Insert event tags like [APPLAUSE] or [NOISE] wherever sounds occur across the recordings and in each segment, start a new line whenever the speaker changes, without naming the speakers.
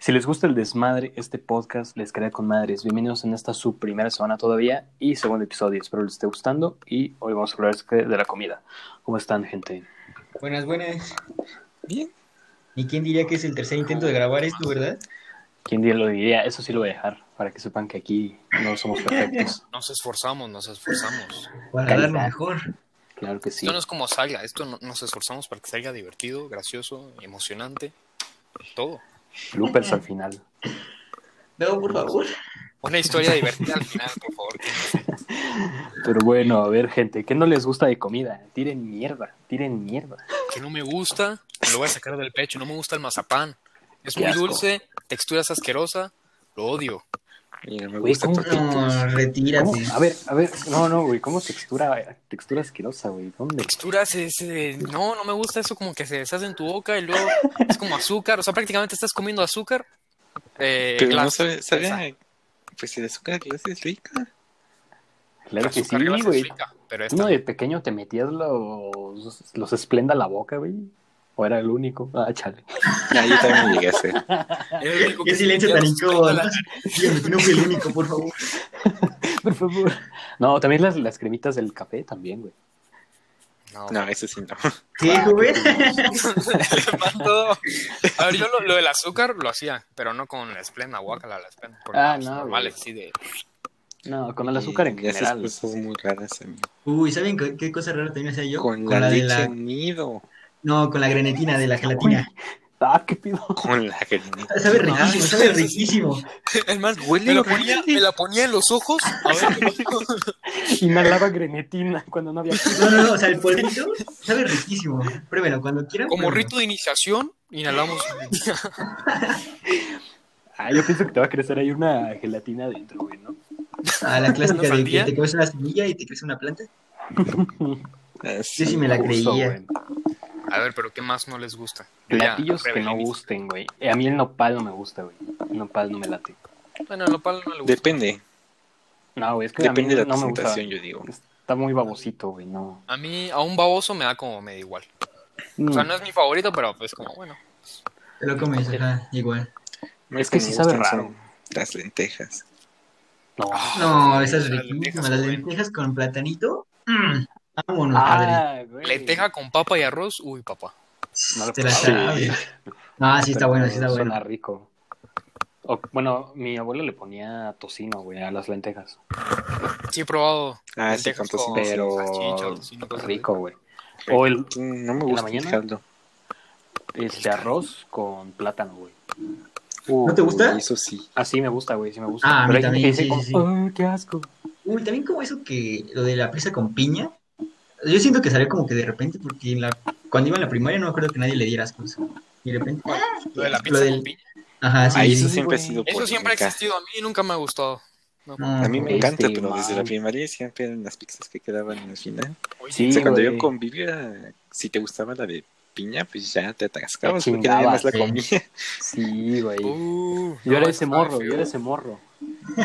Si les gusta el desmadre, este podcast les queda con madres. Bienvenidos en esta su primera semana todavía y segundo episodio. Espero les esté gustando y hoy vamos a hablar de la comida. ¿Cómo están, gente?
Buenas, buenas.
Bien.
¿Y quién diría que es el tercer intento de grabar esto, verdad?
¿Quién día lo diría? Eso sí lo voy a dejar para que sepan que aquí no somos
[LAUGHS]
perfectos.
Nos esforzamos, nos esforzamos.
Para
Calidad.
dar lo mejor.
Claro que sí.
Esto no es como salga, esto no- nos esforzamos para que salga divertido, gracioso, emocionante, todo.
Bloopers al final.
No, por favor.
Una historia divertida al final, por favor.
Pero bueno, a ver, gente, ¿qué no les gusta de comida? Tiren mierda, tiren mierda.
Que no me gusta, me lo voy a sacar del pecho, no me gusta el mazapán. Es
Qué
muy
asco.
dulce, textura es asquerosa, lo odio.
me gusta
¿cómo?
No, retírate.
¿Cómo? A ver, a ver, no, no, güey, ¿cómo textura? Textura asquerosa, güey, ¿dónde?
Texturas es... eh, no, no me gusta eso como que se deshace en tu boca y luego es como azúcar, o sea, prácticamente estás comiendo azúcar. eh,
Pero no
glas-
sabe,
esa.
sabe, pues el azúcar glass es rica.
Claro que sí,
Azúcar glas es
güey.
rica, Pero
¿Tú
esta
no de pequeño te metías los, los esplenda a la boca, güey? ¿O era el único? Ah, chale.
Ah, yo también lo llegué a hacer.
Qué silencio tan incómodo. [LAUGHS] Dígame que no fui el único, por favor.
Por favor. No, también las, las cremitas del café también, güey.
No,
[LAUGHS] No, eso sí no.
¿Qué, joven?
le mando- A ver, yo lo, lo del azúcar lo hacía, pero no con la esplenda, guácala la esplenda. Porque
Ah,
los
no,
normales,
güey.
así de.
No, con el azúcar en
Y esas
general.
cosas muy raras a mí.
Uy, ¿saben qué, qué cosa rara también hacía yo?
Con la
de
leche
la...
nido.
No, con la grenetina de la gelatina.
Ah, qué pido. [LAUGHS]
Con la gallina.
Sabe riquísimo, sabe riquísimo.
Es más,
Huele
me, la
horrible.
ponía, me la ponía en los ojos. A ver, qué pasó.
Inhalaba grenetina cuando no había...
No, no, no, o sea, el polvito sabe riquísimo. Pruébelo cuando quieran.
como
pruébenlo.
rito de iniciación, inhalamos.
Ah, yo pienso que te va a crecer ahí una gelatina dentro, güey, ¿no?
Ah, la clásica
¿Una
de que
sandía?
te comes una semilla y te crece una planta. Yo
Así.
sí me la
Justo,
creía.
güey.
A ver, pero ¿qué más no les gusta? Yo ya
Platillos que
revelé
no
mis-
gusten, güey. Eh, A mí el nopal no me gusta, güey. El nopal no me late.
Bueno, el nopal no le gusta.
Depende.
No, güey, es que
Depende
a
de
mí
la
no me gusta.
presentación, yo digo.
Está muy babosito, güey, no.
A mí, a un baboso me da como medio igual. O
Mm.
Mm,
sea, no es mi favorito, pero pues como bueno.
Te lo comes, ajá, igual.
Es que sí sabe raro.
Las lentejas.
No.
Ah, No,
[LAUGHS]
esas
Las
riquísimas.
lentejas,
Las
güey.
lentejas con platanito. Mm, vámonos, padre.
Ah, güey.
Lenteja con papa y arroz, uy, papá.
no lo
Te la
probé.
sabes. Ah, sí, está
Pero
bueno, sí, está
Suena
bueno.
rico. O- bueno, mi abuelo le ponía tocino, güey, a las lentejas.
Sí he probado.
Ah, sí,
lentejas
con tocino, sí.
Pero
salchicha, tocino, cosas así.
rico, güey. O el,
No me
la
gusta el
mañana?
caldo.
este arroz con plátano, güey. Uh,
¿No te gusta?
Uy, Eso sí.
Así me gusta, güey, sí me gusta.
Ah, a mí
Pero hay gente que
también,
dice
sí,
como,
sí,
"Ay, qué asco.
Uy, también como eso que lo de la presa con piña. Yo siento que salió como que de repente, porque en la- cuando iba en la primaria no me acuerdo que nadie le diera asco. eso. Y de repente.
Lo de la
Lo
pizza
del-
con piña.
Ajá, sí.
Ah, eso
sí.
siempre ha
güey.
sido
Eso siempre ha
polémica.
existido. A mí nunca me ha gustado.
No,
A mí me
güey.
Este,
encanta, pero desde la
mal.
primaria siempre eran las pizzas que quedaban al final.
Sí,
o sea, cuando
güey.
yo convivía, si te gustaba la de piña, pues ya te atascabas
Te
porque nadie más la
chingabas,
comía. [LAUGHS]
Sí, güey.
Uh,
yo era
no,
ese
eso
morro,
sabe
yo
feo.
era ese morro.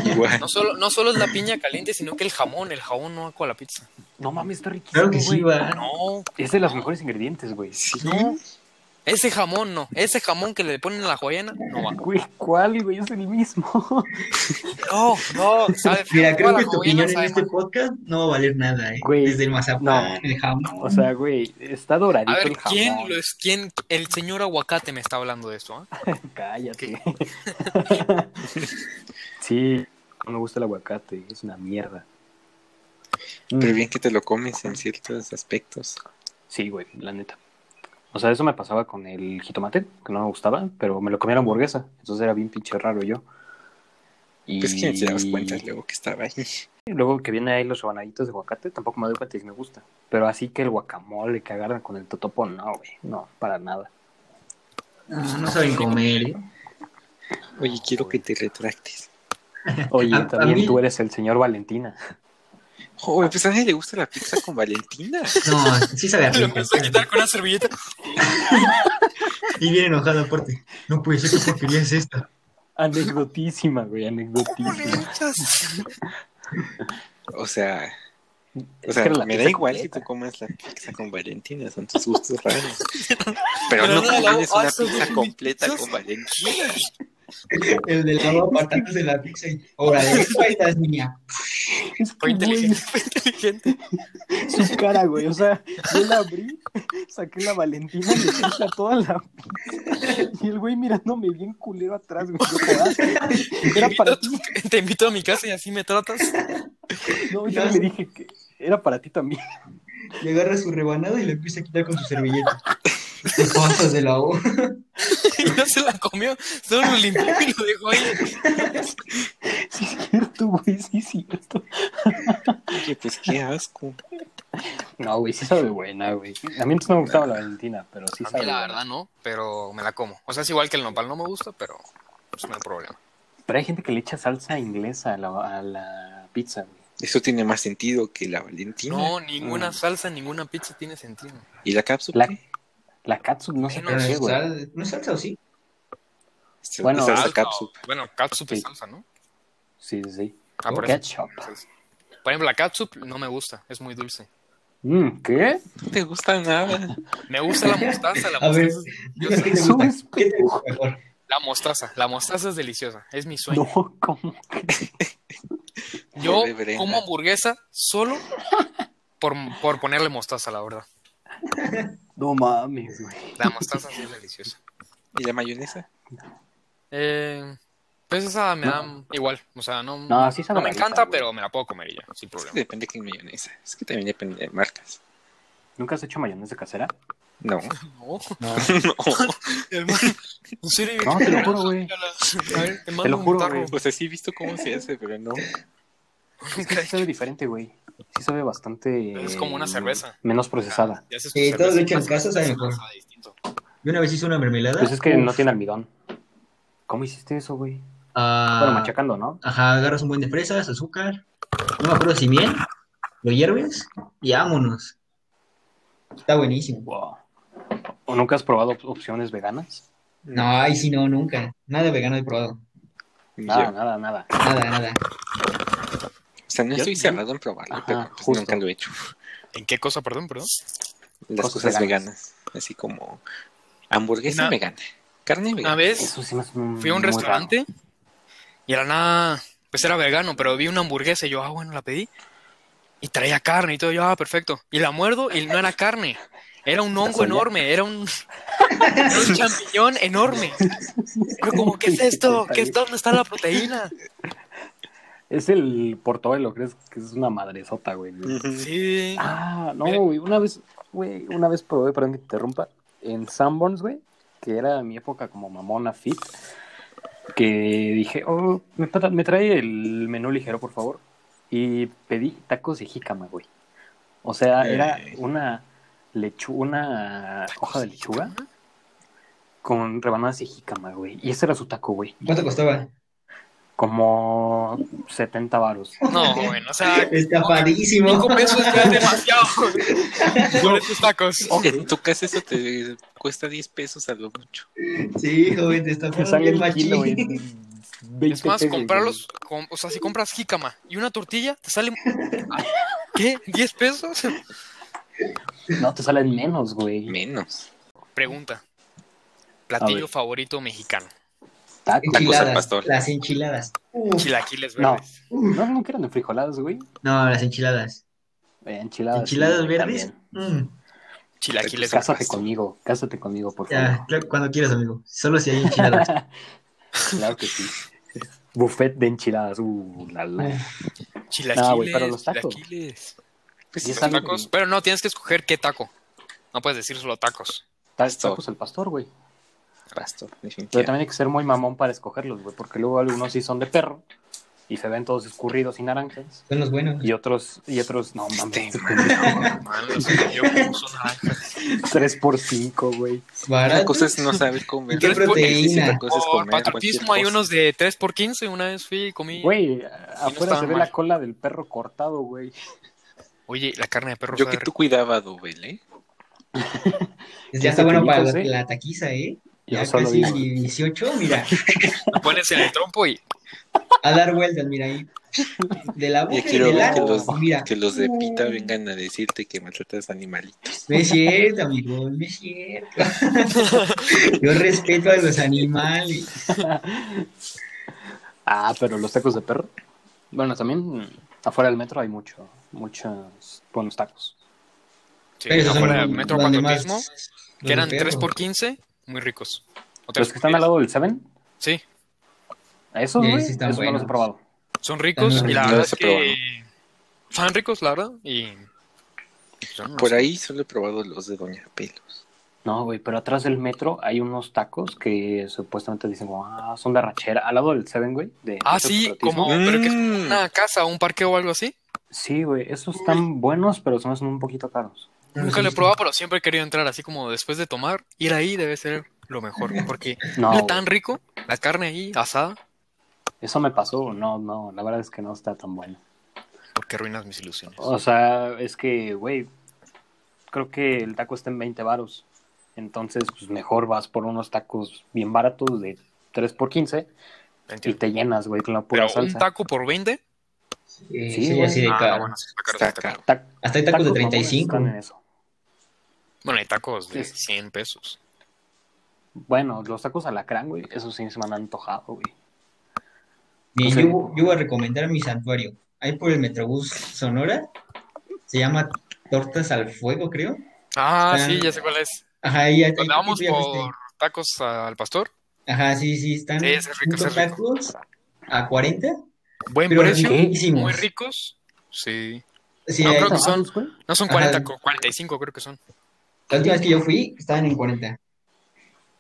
Igual.
No solo, no solo es la piña caliente, sino que el jamón. El jamón no va con la pizza.
No mames, está riquísimo,
Claro que sí,
güey.
va.
No,
Es de los mejores ingredientes, güey.
Sí.
no. Ese jamón no. Ese jamón que le ponen a la hawaiana no va.
Güey, ¿cuál, güey? Es el mismo. [LAUGHS]
No, no. Sabe feo.
Mira, creo
Toda
que
la
tu
hawaiana
opinión en
sabe
este
mal.
podcast no va a valer nada, ¿eh?
Güey,
Desde el mazapán,
no.
el jamón.
O sea, güey, está doradito
A ver,
el jamón.
¿quién lo es? ¿Quién? El señor aguacate me está hablando de esto. ¿ah?
Cállate. [LAUGHS] sí, no me gusta el aguacate, es una mierda. Mm,
Pero bien que te lo comes en ciertos aspectos.
Sí, güey, la neta. O sea, eso me pasaba con el jitomate, que no me gustaba, pero me lo comía la hamburguesa, entonces era bien pinche raro yo. Y
Pues que te das cuenta luego que estaba ahí.
Luego que vienen ahí los rebanaditos de aguacate, tampoco me doy cuenta si me gusta. Pero así que el guacamole que agarran con el totopo, no, güey, no, para
[LAUGHS]
nada.
No, no saben comer, ¿eh?
Oye, quiero que te retractes.
Oye,
A- a
también
mí-
tú eres el señor Valentina. [LAUGHS]
Joder,
Ah.
pues a nadie le gusta la pizza con Valentina.
No, sí sabe a
[LAUGHS] Lo
rico.
empezó a quitar con una servilleta.
Y bien enojado aparte. No puede ser que porquería es esta.
Anecdotísima, güey,
¿Cómo le
anecdotísima.
echas?
O sea, o
Es
sea
que era la
me da
pizza
igual que
completa.
tú comas la pizza con Valentina, son
[LAUGHS]
tus gustos raros. Pero
Pero no,
no
la-
tienes
ah,
una
estos dos
pizza
son
completa
pizzas.
con Valentina.
El de la patatas de la pizza y órale, ahí estás, niña.
[LAUGHS] Es
Fue
que, güey,
[LAUGHS] inteligente, fue inteligente.
su cara, güey. O sea, yo la abrí, [LAUGHS] saqué la Valentina y le puse a toda la [LAUGHS] pizza. Y el güey mirándome bien culero atrás, güey. Yo, "Ah,
Te
Era
invito,
para
a tu- te invito a mi casa y así me tratas. [LAUGHS]
No, yo le dije que era para ti también. [LAUGHS]
Y agarra su rebanada y la empieza a quitar con su servilleta. Te pasas de la hoja.
Y no se la comió, solo lo limpió y lo dejó ahí.
Sí, es cierto, güey, sí, es cierto.
Oye, pues qué asco.
No, güey, sí sabe buena, güey. A mí antes no me gustaba la Valentina, pero sí
A mí
sabe.
la
buena.
verdad no, pero me la como. O sea, es igual que el nopal, no me gusta, pero pues no hay problema.
Pero hay gente que le echa salsa inglesa a la, a la pizza, güey.
Eso tiene más sentido que la Valentina.
No, ninguna
Mm.
salsa, ninguna pizza tiene sentido.
¿Y la cápsula?
La, la catsup no sé
Bueno,
por qué,
Pero
güey.
sal- no es salsa o sí.
Esta-
Bueno,
esta es la
Salsa,
cápsula.
Ah, Bueno, catsup es
Sí.
salsa, ¿no?
Sí, sí, sí.
Ah, por eso.
Ketchup.
Por ejemplo, la catsup no me gusta, es muy dulce.
Mm, ¿Qué?
No te gusta nada.
Me gusta la mostaza, la
A ver,
mostaza. Yo
dinos
sé.
qué te
Eso
gusta.
es
¿Qué te gusta mejor?
La mostaza, la mostaza es deliciosa, es mi sueño.
No, ¿cómo?
Yo
Pobre Brenda.
como hamburguesa solo por, por ponerle mostaza, la verdad.
No mames, güey.
La mostaza sí es deliciosa.
¿Y la mayonesa?
Eh, pues esa me da igual, o sea, no,
No, sí sabe
no me
rarita,
encanta,
güey.
pero me la puedo comer y ya, sin
Es
problema. [LAUGHS]
que depende de qué mayonesa. Es que también depende de marcas.
¿Nunca has hecho mayonesa casera?
[LAUGHS]
No.
No,
[LAUGHS] No.
[LAUGHS] no.
hermano. En serio.
No, te lo juro, güey.
A ver, te mando
lo juro,
un tarro.
güey.
O sea, sí he visto cómo se hace, pero no.
Es que sí sabe diferente, güey. Sí sabe bastante... mm,
Es como una cerveza.
Menos procesada.
Ya haces tu
Sí, todo
cerveza
lo hecho en
más
casa sabe mejor.
salsa distinto.
Yo una vez hice una mermelada.
Pues es que
Uf.
no tiene almidón. ¿Cómo hiciste eso, güey?
Ah,
Bueno, machacando, ¿no?
Ajá, agarras un buen de fresas, azúcar, no me acuerdo si miel, lo hierves y vámonos. Está buenísimo.
Wow. ¿O nunca has probado op- opciones veganas?
No, ay, sí, no, nunca. Nada vegano he probado.
Ni
Nada,
yo.
nada, nada.
Nada, nada.
O sea, no
Yo-
estoy
yo-
cerrado en probarlo,
Ajá,
pero pues,
justo.
nunca lo he hecho.
¿En qué cosa, perdón, perdón?
Las
Cosas
cosas,
veganas.
veganas. Así como hamburguesa
Una-
vegana, carne vegana.
Una vez
Eso sí me hace un-
fui a un
muy
restaurante y era nada, pues era vegano, pero vi una hamburguesa y yo, ah, bueno, la pedí. Y traía carne y todo, yo, ah, perfecto. Y la muerdo y no era carne, era un hongo
soya?
enorme, era un, era un champiñón enorme. Pero como, ¿qué es esto? ¿Qué es, ¿Dónde está la proteína?
raro. Es el portobelo, crees que es una madresota, güey.
Ujú.
Sí.
Ah, no,
Mira.
güey, una vez, güey, una vez probé, perdón que te interrumpa, en Sanborns, güey, que era mi época como mamona fit, que dije, oh, me, tra- me trae el menú ligero, por favor, y pedí tacos de jícama, güey. O sea,
Eh.
era una lechu una hoja de lechuga con rebanadas de jícama, güey, y ese era su taco, güey,
¿Cuánto costaba?
como 70
[LAUGHS]
varos.
No, bueno, o sea,
Estafadísimo.
cinco pesos ya es demasiado. Por estos tacos.
En tu casa eso te cuesta 10 pesos a lo mucho.
Sí, joven, te
Me
estafaron
sale
bien
el kilo, güey.
machín.
20
Es más,
pesos, güey.
comprarlos, com- o sea, si compras jícama y una tortilla, te sale... Ah, ¿Qué? ¿10 pesos?
No, te salen menos, güey.
Menos.
Pregunta.
A
Platillo
ver.
favorito mexicano.
Tacos.
Tacos al
Enchiladas,
pastor.
las enchiladas. Uf,
Chilaquiles
No.
verdes.
No, no que eran de frijoladas, güey.
No, las enchiladas.
Eh, enchiladas.
Enchiladas
sí,
verdes.
también.
Mm,
Chilaquiles
Pues,
verdes.
Cásate conmigo, cásate conmigo, por favor.
ya, claro, cuando quieras, amigo. Solo si hay enchiladas.
[LAUGHS]
[LAUGHS] Claro que sí. Buffet de enchiladas. Uh, la,
Eh.
la.
Chilaquiles,
Ah, güey, pero los tacos.
chilaquiles.
Pues
Y
sí,
es
Los
algo-
tacos, pero no, tienes que escoger qué taco. No puedes decir solo
[LAUGHS]
tacos.
Ta-
Pastor.
Tacos al pues, pastor, güey.
pastor,
Pero
definitivamente.
también hay que ser muy mamón para escogerlos, güey. Porque luego algunos sí son de perro y se ven todos escurridos y naranjas.
Son los buenos.
Y otros, y otros, no mames.
Este,
[LAUGHS]
Man, los que yo como son naranjas.
3 por 5 güey.
Una
Baratos.
cosa es no saber comer.
¿Y qué
otra cosa es-
proteína?
otra cosa es
Por
comer
patriotismo hay
cualquier
unos de 3 por 15 Una vez fui y comí.
Güey, afuera
estaban
se ve
mal.
la cola del perro cortado, güey.
Oye, la carne de
cosa.
perro.
Yo
sabe
que tú
rico.
cuidaba, Dubel, ¿eh?
Ya está bueno para la,
Pequeñitos, ¿eh?
la taquiza, ¿eh?
Yo
Ya
solo
casi
digo.
18, mira.
Lo pones en el trompo y
A dar vueltas, mira ahí. De la boca
Ya
y
quiero
del
ver que
ano.
los,
Mira,
que los de pita vengan a decirte que maltratas animalitos.
no es cierto, amigo, no es cierto. [LAUGHS] Yo respeto a los animales.
Ah, pero los tacos de perro. Bueno, también mm, afuera del metro hay mucho, muchos buenos tacos.
Sí,
Pero esos son
afuera del
los-
metro
los
cuando
demás-
mismo,
los
que eran
de perro.
3 por 15, muy ricos. O
Los
tres
que
por
están al
10.
lado del Seven,
Sí,
a esos,
Sí,
güey,
sí están
esos no los he
buenos.
probado.
son ricos
muy
y la verdad
ricos. No
es
los he probado.
que son ricos, la verdad, y son unos-
Por ahí solo he probado los de Doña Pelos.
No, güey, pero atrás del metro hay unos tacos que supuestamente dicen, ah, son de arrachera. Al lado del Seven, güey. de
Ah,
mucho
sí,
patriotismo.
como- No, pero que-
Mm.
una casa o un parque o algo así.
Sí, güey, esos están buenos, pero son son un poquito caros.
Nunca lo he probado, pero siempre he querido entrar así como después de tomar. Ir ahí debe ser lo
[LAUGHS]
mejor, porque
No,
era
güey,
tan rico la carne ahí asada,
eso me pasó. No, no, la verdad es que no está tan bueno.
porque arruinas mis ilusiones.
O sea, es que, güey, creo que el taco está en 20 varos. Entonces, pues mejor vas por unos tacos bien baratos de 3 por 15 y
Entiendo.
te llenas, güey, con la pura
Pero un
salsa.
taco por 20,
Eh,
Sí,
sí,
güey.
así de
Ah, no,
caro.
bueno, sí está caro, sí
Está
está caro.
caro.
Ta-
Hasta hay tacos de
mamones
35.
están en eso.
Bueno, hay tacos de
Sí.
100 pesos.
Bueno, los tacos alacrán, güey, esos sí se me han antojado, güey.
Bien,
O sea,
yo, yo voy a recomendar mi santuario. Ahí por el Metrobús Sonora. Se llama Tortas al Fuego, creo.
Ah,
Están-
sí, ya sé cuál es.
Ajá, ahí, ahí-
Cuando Pues vamos
tú ya fuiste.
por tacos al pastor,
Ajá, sí, sí, están
Sí, ese es rico,
cinco
ese es rico.
tacos a 40.
buen
Pero
precio,
riquísimos.
muy ricos. Sí.
Sí, eh,
No,
ahí-
creo que son-
güey?
No son
Ajá.
40, co- 45 creo que son.
La última vez que yo fui, estaban en 40.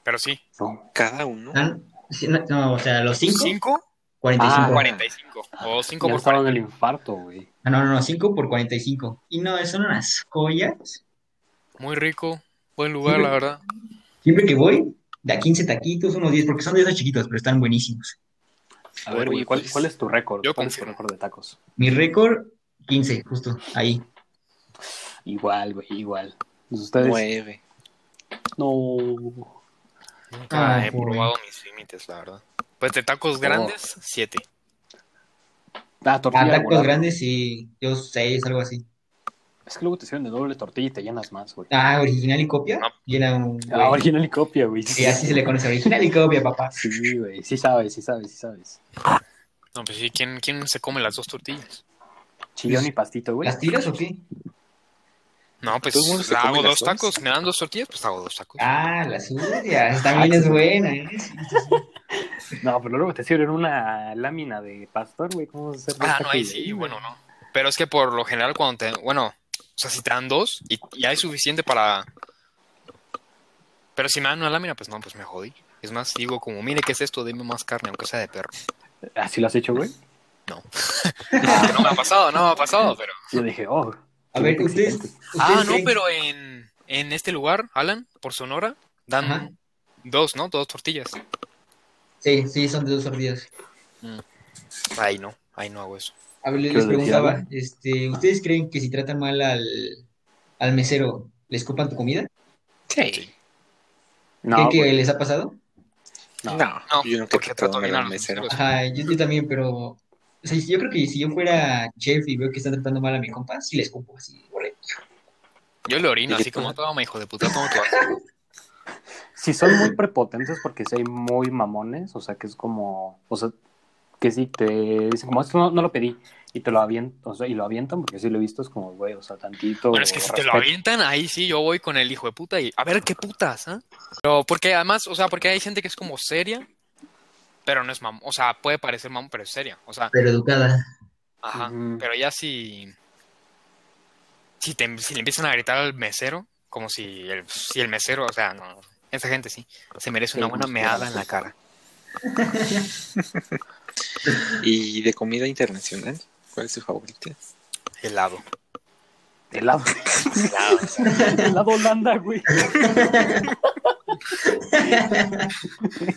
Pero sí.
No.
Cada uno.
Están- sí, no, no, o sea, los 5,
5
Ah,
45.
45. O 5
Ya
por
estaban
40.
del infarto, güey.
Ah, no, no, no, 5 por 45. Y no, son unas joyas.
Muy rico. Buen lugar, la verdad.
Siempre que voy, da 15 taquitos, unos 10, porque son de esos chiquitos, pero están buenísimos.
A ver, güey, ¿cuál, cuál es tu récord?
pues, Yo
¿Cuál es tu
confirmo.
récord de tacos?
Mi récord, 15, justo ahí.
Igual, güey, igual. Pues Ustedes...
Nueve.
No.
Nunca
Ah,
he
joven.
probado mis límites, la verdad. Pues de tacos grandes, 7.
Ah,
A
tortilla
tacos
regular.
grandes y yo 6, algo así.
Es que luego te sirven de doble tortilla y te llenas más, güey.
Ah, original y copia.
No.
Y era un. güey.
Ah, original y copia, güey.
Sí, así se le conoce, original y copia, papá.
Sí, güey. Sí sabes, sí sabes, sí sabes.
No, pues sí, ¿quién, ¿quién se come las dos tortillas?
Chillón
Pues,
y pastito, [LAUGHS] güey.
¿Las tiras o qué?
No, pues
Todo el mundo se
la
come
hago
las
dos
dos.
tacos. ¿Me dan dos tortillas? Pues hago dos tacos.
Ah, las suyas. También es buena, ¿eh?
No, pero luego te sirven una lámina de pastor, güey. ¿Cómo vas a hacer dos
Ah, no, ahí
tacos de
sí,
ahí, güey?
bueno, no. Pero es que por lo general cuando te... Bueno, o sea, si te dan dos y, y hay suficiente para... Pero si me dan una lámina, pues no, pues me jodí. Es más, digo como, mire, ¿qué es esto? Deme más carne, aunque sea de perro.
¿Así lo has hecho,
Pues,
güey?
Que no me ha pasado, no me ha pasado, pero...
Yo dije, oh.
A ver,
qué
ustedes.
exigente.
Ah,
ustedes
no,
creen-
pero en, en este lugar, Alan, por Sonora, dan
Ajá.
dos, ¿no? Dos tortillas.
Sí, sí, son de dos sorbidas.
Ahí no, ahí no hago eso.
A ver, les,
¿Quieres decir
preguntaba,
algo?
este, ¿ustedes creen que si tratan mal al, al mesero, les copan tu comida?
Sí.
¿Creen
No,
que
güey.
les ha pasado?
No,
No,
yo nunca he
porque
tratado
trato
mal
bien a
al
los
mesero.
meseros.
pues, Ajá, yo, yo también, pero. o sea, yo creo que si yo fuera chef y veo que están tratando mal a mi compa, sí les copo así. órale.
Yo le orino
Y que
así
tú-
como toma, hijo de puta, toma tu asco".
Si son muy prepotentes porque si hay muy mamones, o sea, que es como, o sea, que si te dicen como, esto no, no lo pedí, y te lo avientan, o sea, y lo avientan porque si lo he visto es como, güey, o sea, tantito
Bueno, es que si te lo
respeto.
avientan, ahí sí yo voy con el hijo de puta y a ver qué putas, ¿ah? Pero porque además, o sea, porque hay gente que es como seria, pero no es mamón. O sea, puede parecer mamón, pero es seria. O sea,
Pero educada.
ajá.
Ujú.
Pero ya si. Si, te, si le empiezan a gritar al mesero, como si el, si el mesero, o sea, no. Esa gente sí, se merece una buena meada en la cara.
Y de comida internacional, ¿cuál es su favorita?
Helado.
Helado. Helado Holanda, güey.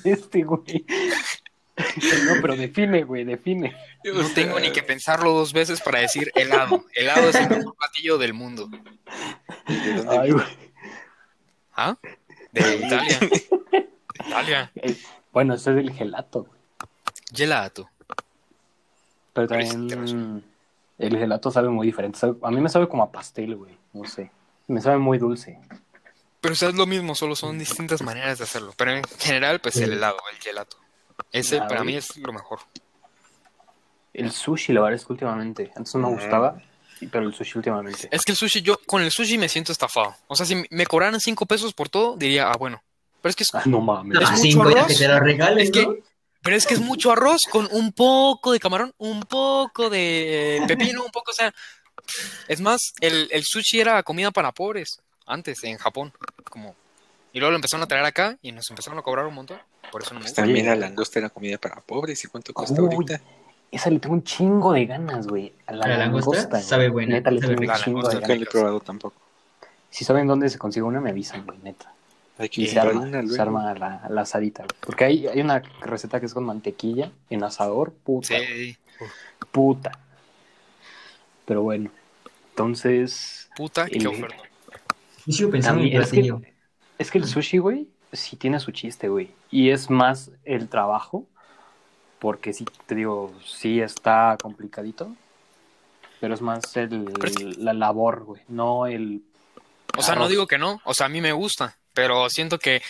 Este, güey. No, pero define, güey, define.
No tengo ni que pensarlo dos veces para decir helado. Helado es el mejor platillo del mundo.
¿De dónde
Ay,
viene?
güey.
¿Ah? De Italia. Italia.
Bueno, ese es el gelato, güey.
Gelato.
Pero
Ah,
Pero sí,
también el gelato sabe muy diferente. Sabe- a mí me sabe como a pastel, güey. No sé. Me sabe muy dulce.
Pero o sea, es lo mismo, solo son distintas maneras de hacerlo. Pero en general, pues el helado, el gelato. Ese
Ah,
para
güey.
mí es lo mejor.
El sushi, la verdad es que últimamente. Antes no me
Mm.
gustaba, y- pero el sushi últimamente.
Es que el sushi, yo con el sushi me siento estafado. O sea, si me cobraran cinco pesos por todo, diría, ah, bueno. Pero es que es,
Ah, no mames.
Es
Ah,
mucho
cinco, ya
arroz.
que te lo regalen,
Es que-
¿no?
pero es que es mucho arroz con un poco de camarón, un poco de eh, pepino, un poco, o sea. Es más, el, el sushi era comida para pobres antes en Japón. Como, y luego lo empezaron a traer acá y nos empezaron a cobrar un montón. Por eso no me
Pues
gusta.
también la langosta era comida para pobres. ¿Y cuánto cuesta
Uy.
ahorita?
Esa le tengo un chingo de ganas, güey. A la,
¿A la langosta?
güey.
Sabe buena,
Neta, le
sabe
tengo un
buena. La
chingo de
langosta,
Nunca
ganas.
la he probado tampoco.
Si saben dónde se consigue una, me avisan, güey, neta.
Hay que
Y se
buscar
arma,
una
se
luego.
arma la, la asadita, güey. Porque hay, hay una receta que es con mantequilla en asador, puta.
Sí,
Puta. Pero bueno. Entonces,
puta, Ah, qué
El-
oferta.
Yo sigo pensando en
También, es,
platillo.
que, es que el sushi, güey, sí tiene su chiste, güey. Y es más el trabajo, porque sí, te digo, sí está complicadito, pero es más el,
Pero es que-
la labor, güey, no el...
O sea, no
Arroz.
digo que no, o sea, a mí me gusta, pero siento que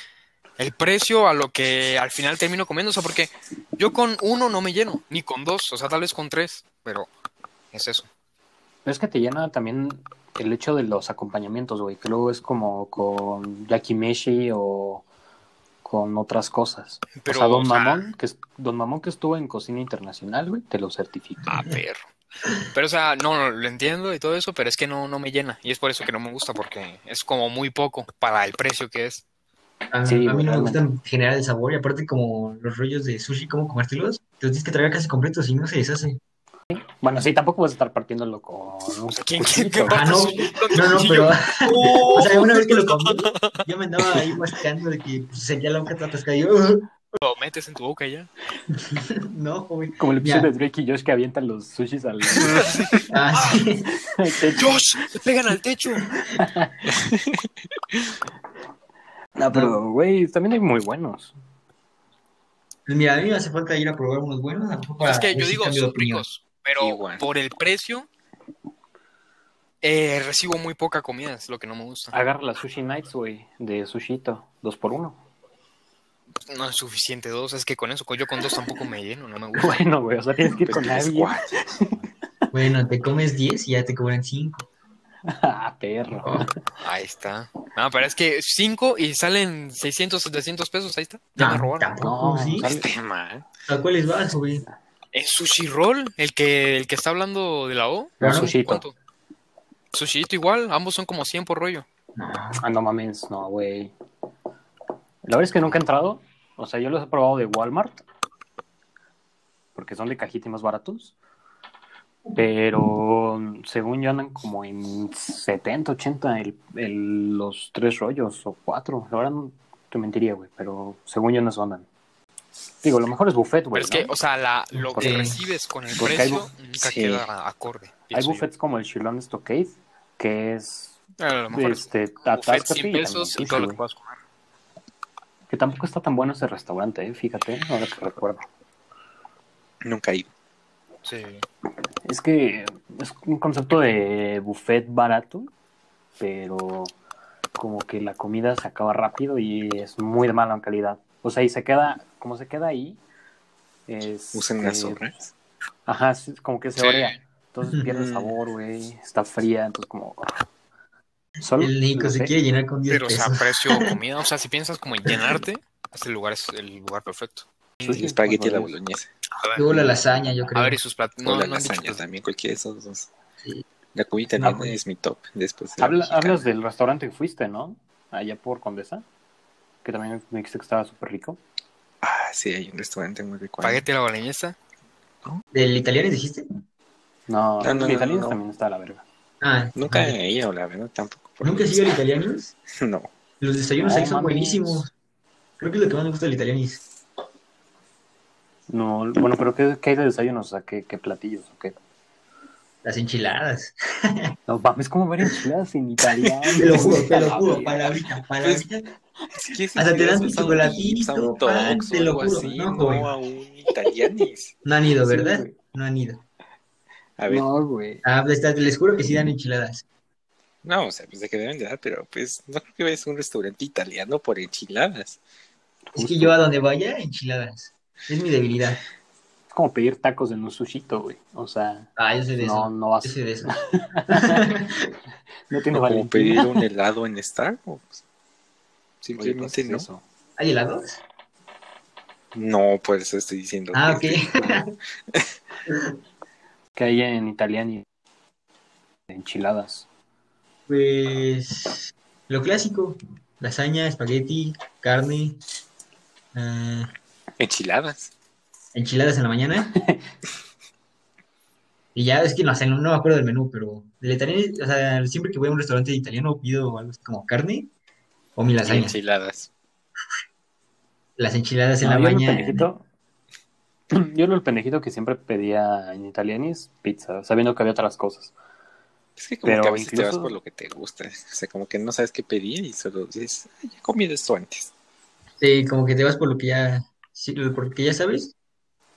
el precio a lo que al final termino comiendo, o sea, porque yo con uno no me lleno, ni con dos, o sea, tal vez con tres, pero es eso.
Pero es que te llena también el hecho de los acompañamientos, güey, que luego es como con yakimeshi o con otras cosas.
Pero,
o sea, Don
o sea-
Mamón, que es, Don Mamón que estuvo en cocina internacional, güey, te lo certifica.
Ah, perro. Pero, o sea, no, no, lo entiendo y todo eso, pero es que no, no me llena, y es por eso que no me gusta, porque es como muy poco para el precio que es.
A,
Sí,
a mí no me
realmente.
gustan generar el sabor y aparte como los rollos de sushi, cómo comértelos, te los tienes que tragar casi completos y no se deshace.
Bueno, sí, tampoco vas a estar partiéndolo con un
¿Quién
cuchillo,
quiere que
güey.
Ah, no, no, no, pero [LAUGHS] o
uh,
sea, una vez que lo comí, yo me andaba ahí masticando de que pues, sentía la boca toda atascada y yo, [LAUGHS]
Lo metes en tu boca y ya.
no, joven.
Como el episodio
Ya.
de Drake y Josh que avientan los sushis al
Ah, sí.
al techo.
¡Josh! ¡Le pegan al techo!
No, pero, güey, también hay muy buenos.
Pues mira, a mí me hace falta ir a probar unos buenos. a lo mejor para
Es que
ver
yo
si
digo,
cambio de
son
opinión.
ricos, pero
Igual.
por el precio eh, recibo muy poca comida, es lo que no me gusta.
Agarra las Sushi Nights, güey, de Sushito, dos por uno. [LAUGHS]
No es suficiente dos, es que con eso, con- yo con dos tampoco me lleno, no me gusta.
Bueno, güey, o sea, tienes que ir
Pues
con
que es
alguien.
guay.
Bueno, te comes 10 y ya te cobran 5.
[LAUGHS] ah, perro.
Oh, Ahí está. No, pero es que cinco y salen 600, 700 pesos, ahí está. Ya me robaron.
Ah, Tampoco,
No,
¿sí?
sale-
Este man.
¿A cuáles vas, güey?
¿Es Sushi Roll el que, el que está hablando de la O?
No,
Claro.
Sushito.
¿Cuánto? Sushito igual, ambos son como 100 por rollo.
No,
Ah, no mames, no, güey. La verdad es que nunca he entrado. O sea, yo los he probado de Walmart. Porque son de cajita y más baratos. Pero mm, según yo andan como en 70, 80 el, el- los tres rollos o cuatro. La verdad no te mentiría, güey. Pero según yo no son andan. Digo, lo mejor es buffet, güey.
Pero es que,
¿no?
o sea, la, lo
Porque-
que recibes con el
porque hay
precio
bu-
nunca
sí.
queda acorde.
Hay
pienso yo.
buffets como el Shillong Stockade, que es
A lo mejor es
este,
buffet
atáscate
100
y
pesos
también
y todo lo
sushi,
que puedas comer.
güey. Que tampoco está tan bueno ese restaurante, eh, fíjate, ahora que recuerdo.
Nunca he ido.
Sí.
Es que es un concepto de buffet barato, pero como que la comida se acaba rápido y es muy de mala calidad. O sea, y se queda, como se queda ahí, es,
Usan
eh,
las zorras.
Ajá, sí, es como que se
Sí.
orea. Entonces pierde
Ujú.
sabor, güey, está fría, entonces como... ah. Solo,
el Nico
no
se
sé.
quiere llenar con 10
Pero, o sea,
pesos.
precio comida, o sea, si piensas como en llenarte, este lugar es el lugar perfecto.
El espagueti a la boloñesa.
A ver,
Luego la lasaña, yo
a
creo.
ver, y sus platos.
O
No,
la
no han dicho pues,
lasaña
platos.
también, cualquiera de esos dos.
Sí.
La comida italiana
Ah, güey.
es mi top. Después. de la
Habla-
mexicana.
hablas del restaurante que fuiste, ¿no? Allá por Condesa, que también me dijiste que estaba súper rico.
Ah, sí, hay un restaurante muy rico. ahí.
Espagueti a la boloñesa.
¿Del italiano dijiste?
No,
No, no,
el
no,
italiano
no.
también está a la verga.
Ah,
Nunca
vale.
he ido, la verdad, tampoco. por
¿Nunca
lo
has ido al italianos?
menos. [LAUGHS] No.
Los desayunos
No,
ahí son
mames.
buenísimos. Creo que es lo que más me gusta del italianis.
No, bueno, pero ¿qué, qué hay de desayunos? O sea, ¿qué, qué platillos? ¿O qué?
Las enchiladas.
No, mames, como ver enchiladas en italiano.
[LAUGHS] Te lo juro, te lo juro.
Para...
Palabrita, palabrita.
Es que
Hasta te dan tu
a
chocolatito,
un
pan,
Tox
te
o
lo
algo
juro,
así,
no,
no,
joven.
a un italianis.
No han ido,
Sí,
¿verdad?
güey.
No han ido.
A ver. No,
No, güey.
Ah, pues, está- les juro que sí dan enchiladas.
o sea, pues de que deben de dar, pero pues no creo que vayas a un restaurante italiano por enchiladas.
Es que yo a donde vaya, enchiladas. Es mi debilidad.
Es como pedir tacos en un sushito, güey. O sea,
Ah, yo soy de
no,
eso.
no vas.
Yo soy de eso.
No
O
tiene
como
valentía.
pedir un
[LAUGHS]
helado en Starbucks.
Oye, pues,
Simplemente
es
no.
eso.
¿Hay helados?
No, por eso estoy diciendo.
Ah,
que-
[LAUGHS] ok.
Que hay en italiano y enchiladas.
Pues lo clásico. Lasaña, espagueti, carne. ah,
Enchiladas.
enchiladas en la [LAUGHS] mañana. Y ya es que no, sé, no me acuerdo del menú, pero del italiano, o sea, siempre que voy a un restaurante italiano pido algo así como carne o mi
Y
lasaña.
enchiladas.
Las enchiladas en
No, Ah,
la
yo era el
mañana.
pendejito- [CLEARS THROAT] Yo era el pendejito que siempre pedía en italianis pizza, sabiendo que había otras cosas.
Es que como
Pero
que a veces te vas
incluso-
por lo que te gusta. [LAUGHS] O sea, como que no sabes qué pedir y solo dices, "Ay, ya he comido esto antes.
Sí, como que te vas por lo que ya, sí, por lo que ya sabes.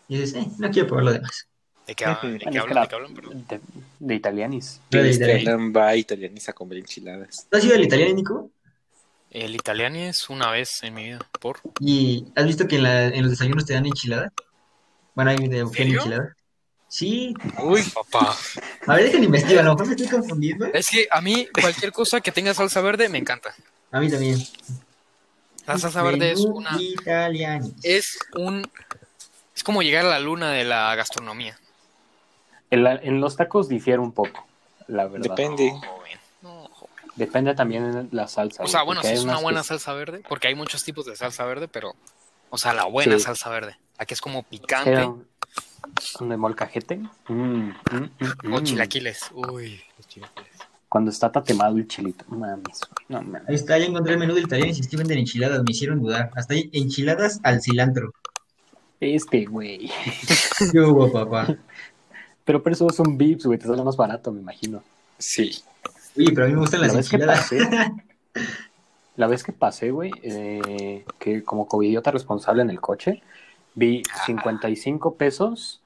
Y dices, eh, no quiero probar lo demás.
¿De qué, ha- de
Bueno,
qué
es que
hablan?
la-
¿De qué hablan? Perdón.
De, de italianis.
Lo del
Tienes que
italiano.
Alan va a italianis a comer enchiladas.
¿Tú has ido al italiano, Nico?
El italiano es una vez en mi vida. ¿Por?
¿Y has visto que en, la- en los desayunos te dan enchilada? Bueno, hay de ofrecen
serio?
enchilada. Sí.
Uy, papá.
A ver, déjenme investigar, a lo mejor me estoy confundiendo.
Es que a mí cualquier cosa que tenga salsa verde me encanta.
A mí también.
La salsa verde es
Menú
una...
italiano.
Es un... Es como llegar a la luna de la gastronomía.
En, la- en los tacos difiere un poco, la verdad.
Depende. Andy.
No, joven. Oh, No, joven.
Depende también de la salsa.
O
güey,
sea, bueno,
porque
si
hay
es una
unas
buena
que-
salsa verde, porque hay muchos tipos de salsa verde, pero... O sea, la buena
Sí.
salsa verde. La que es como
que
picante.
era un- un de molcajete. Mm, mm, mm,
O
mm.
chilaquiles. Uy, los chilaquiles.
Cuando está tatemado el chilito. Mames, güey, no mames.
Ahí está, ya encontré el menú del italiano y si sí venden enchiladas, me hicieron dudar. Hasta hay enchiladas
[LAUGHS]
al cilantro.
Este, güey.
¿Qué hubo, papá?
Pero por eso son bips, güey. Te sale más barato, me imagino.
Sí.
Oye, pero a mí me gustan
La
las
vez que
enchiladas.
pasé. [LAUGHS] La vez que pasé, güey, eh, que como covidiota responsable en el coche, vi
Ah.
55 pesos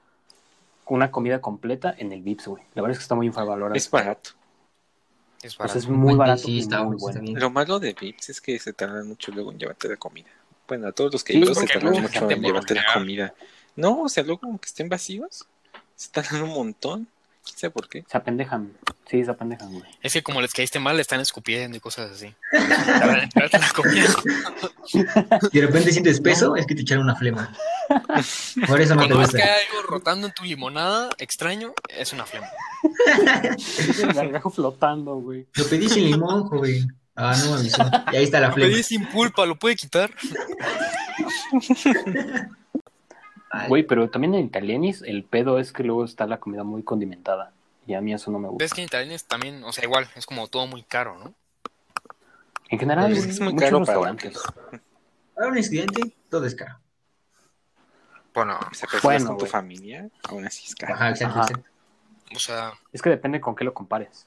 una comida completa en el Vips, güey. La verdad es que está muy infravalorado.
Es barato.
Es
O sea,
barato.
Pues es muy barato.
Sí,
y
está,
muy
está
bueno.
bien.
Lo malo de Vips es que se tardan mucho luego en llevarte la comida. Bueno, a todos los que
Sí,
he ido se
porque
tardan
luego
mucho
gente
en
por
llevarte la
llegar.
comida. No, o sea, luego como que estén vacíos, se tardan un montón. ¿Quién sabe por qué?
Se apendejan. Sí, se apendejan,
[LAUGHS]
güey.
Es que como les caíste mal, le están escupiendo y cosas
[LAUGHS]
así. Tardan en traerte la comida.
Y de repente sientes peso, es que te echaron una
[LAUGHS]
flema. Por eso no te
Cuando ves que
gusta.
hay algo rotando en tu limonada extraño, es una flema.
El gargajo flotando, güey.
Lo pedí sin limón, joven. Ah, no me avisó. Y ahí está la
Lo
flema.
pedí sin pulpa, ¿lo puede quitar?
Ay,
Güey, pero también en Italianis el pedo es que luego está la comida muy condimentada. Y a mí eso no me gusta.
Ves que en Italia es también, o sea, igual, es como todo muy caro, ¿no?
En general,
Es que es muy
muchos
caro para la
restaurantes.
Para un estudiante, todo es caro.
Bueno,
O sea, pero si
Bueno,
vas con tu
güey.
familia, aún así es caro.
Ajá, exacto,
Ajá.
exacto.
o sea,
Es que depende con qué lo compares.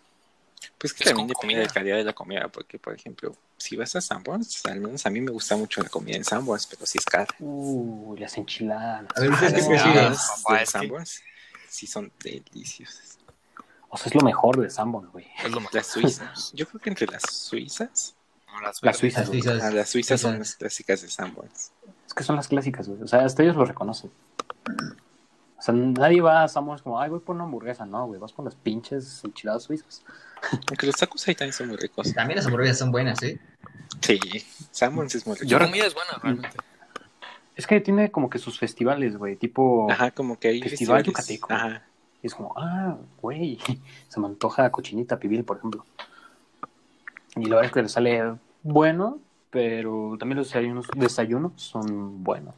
Pues que
Es
también
con
depende de la
comida.
calidad de la comida, porque por ejemplo, si vas a Sanborns, al menos a mí me gusta mucho la comida en Sanborns, pero si es cara.
Uh, las enchiladas.
A ver,
Pues
Ah,
¿ustedes qué
las
prefieren?
enchiladas
Papá,
de
es que-
Sanborns sí son deliciosas.
O sea, es lo mejor de Sanborn, güey.
es lo mejor.
Las suizas, yo creo que entre las suizas,
Las
verdes.
suizas,
Las
güey.
suizas.
ah, las suizas son
Suizas.
las clásicas de Sanborns.
Es que son las clásicas, güey. O sea, hasta ellos lo reconocen. O sea, nadie va a Sanborns como, ay, voy por una hamburguesa. No, güey, vas por las pinches enchiladas suizas.
Aunque los tacos ahí también son muy ricos.
También las hamburguesas son buenas, ¿eh?
Sí, Sanborns es muy rico.
Su comida es buena, realmente.
Es que tiene como que sus festivales, güey. Tipo,
Ajá, como que hay
Festival
festivales.
Yucateco.
Ajá.
y es como, ah, güey, [LAUGHS] se me antoja cochinita pibil, por ejemplo. Y la verdad es que le sale bueno, pero también los desayunos, desayunos son buenos.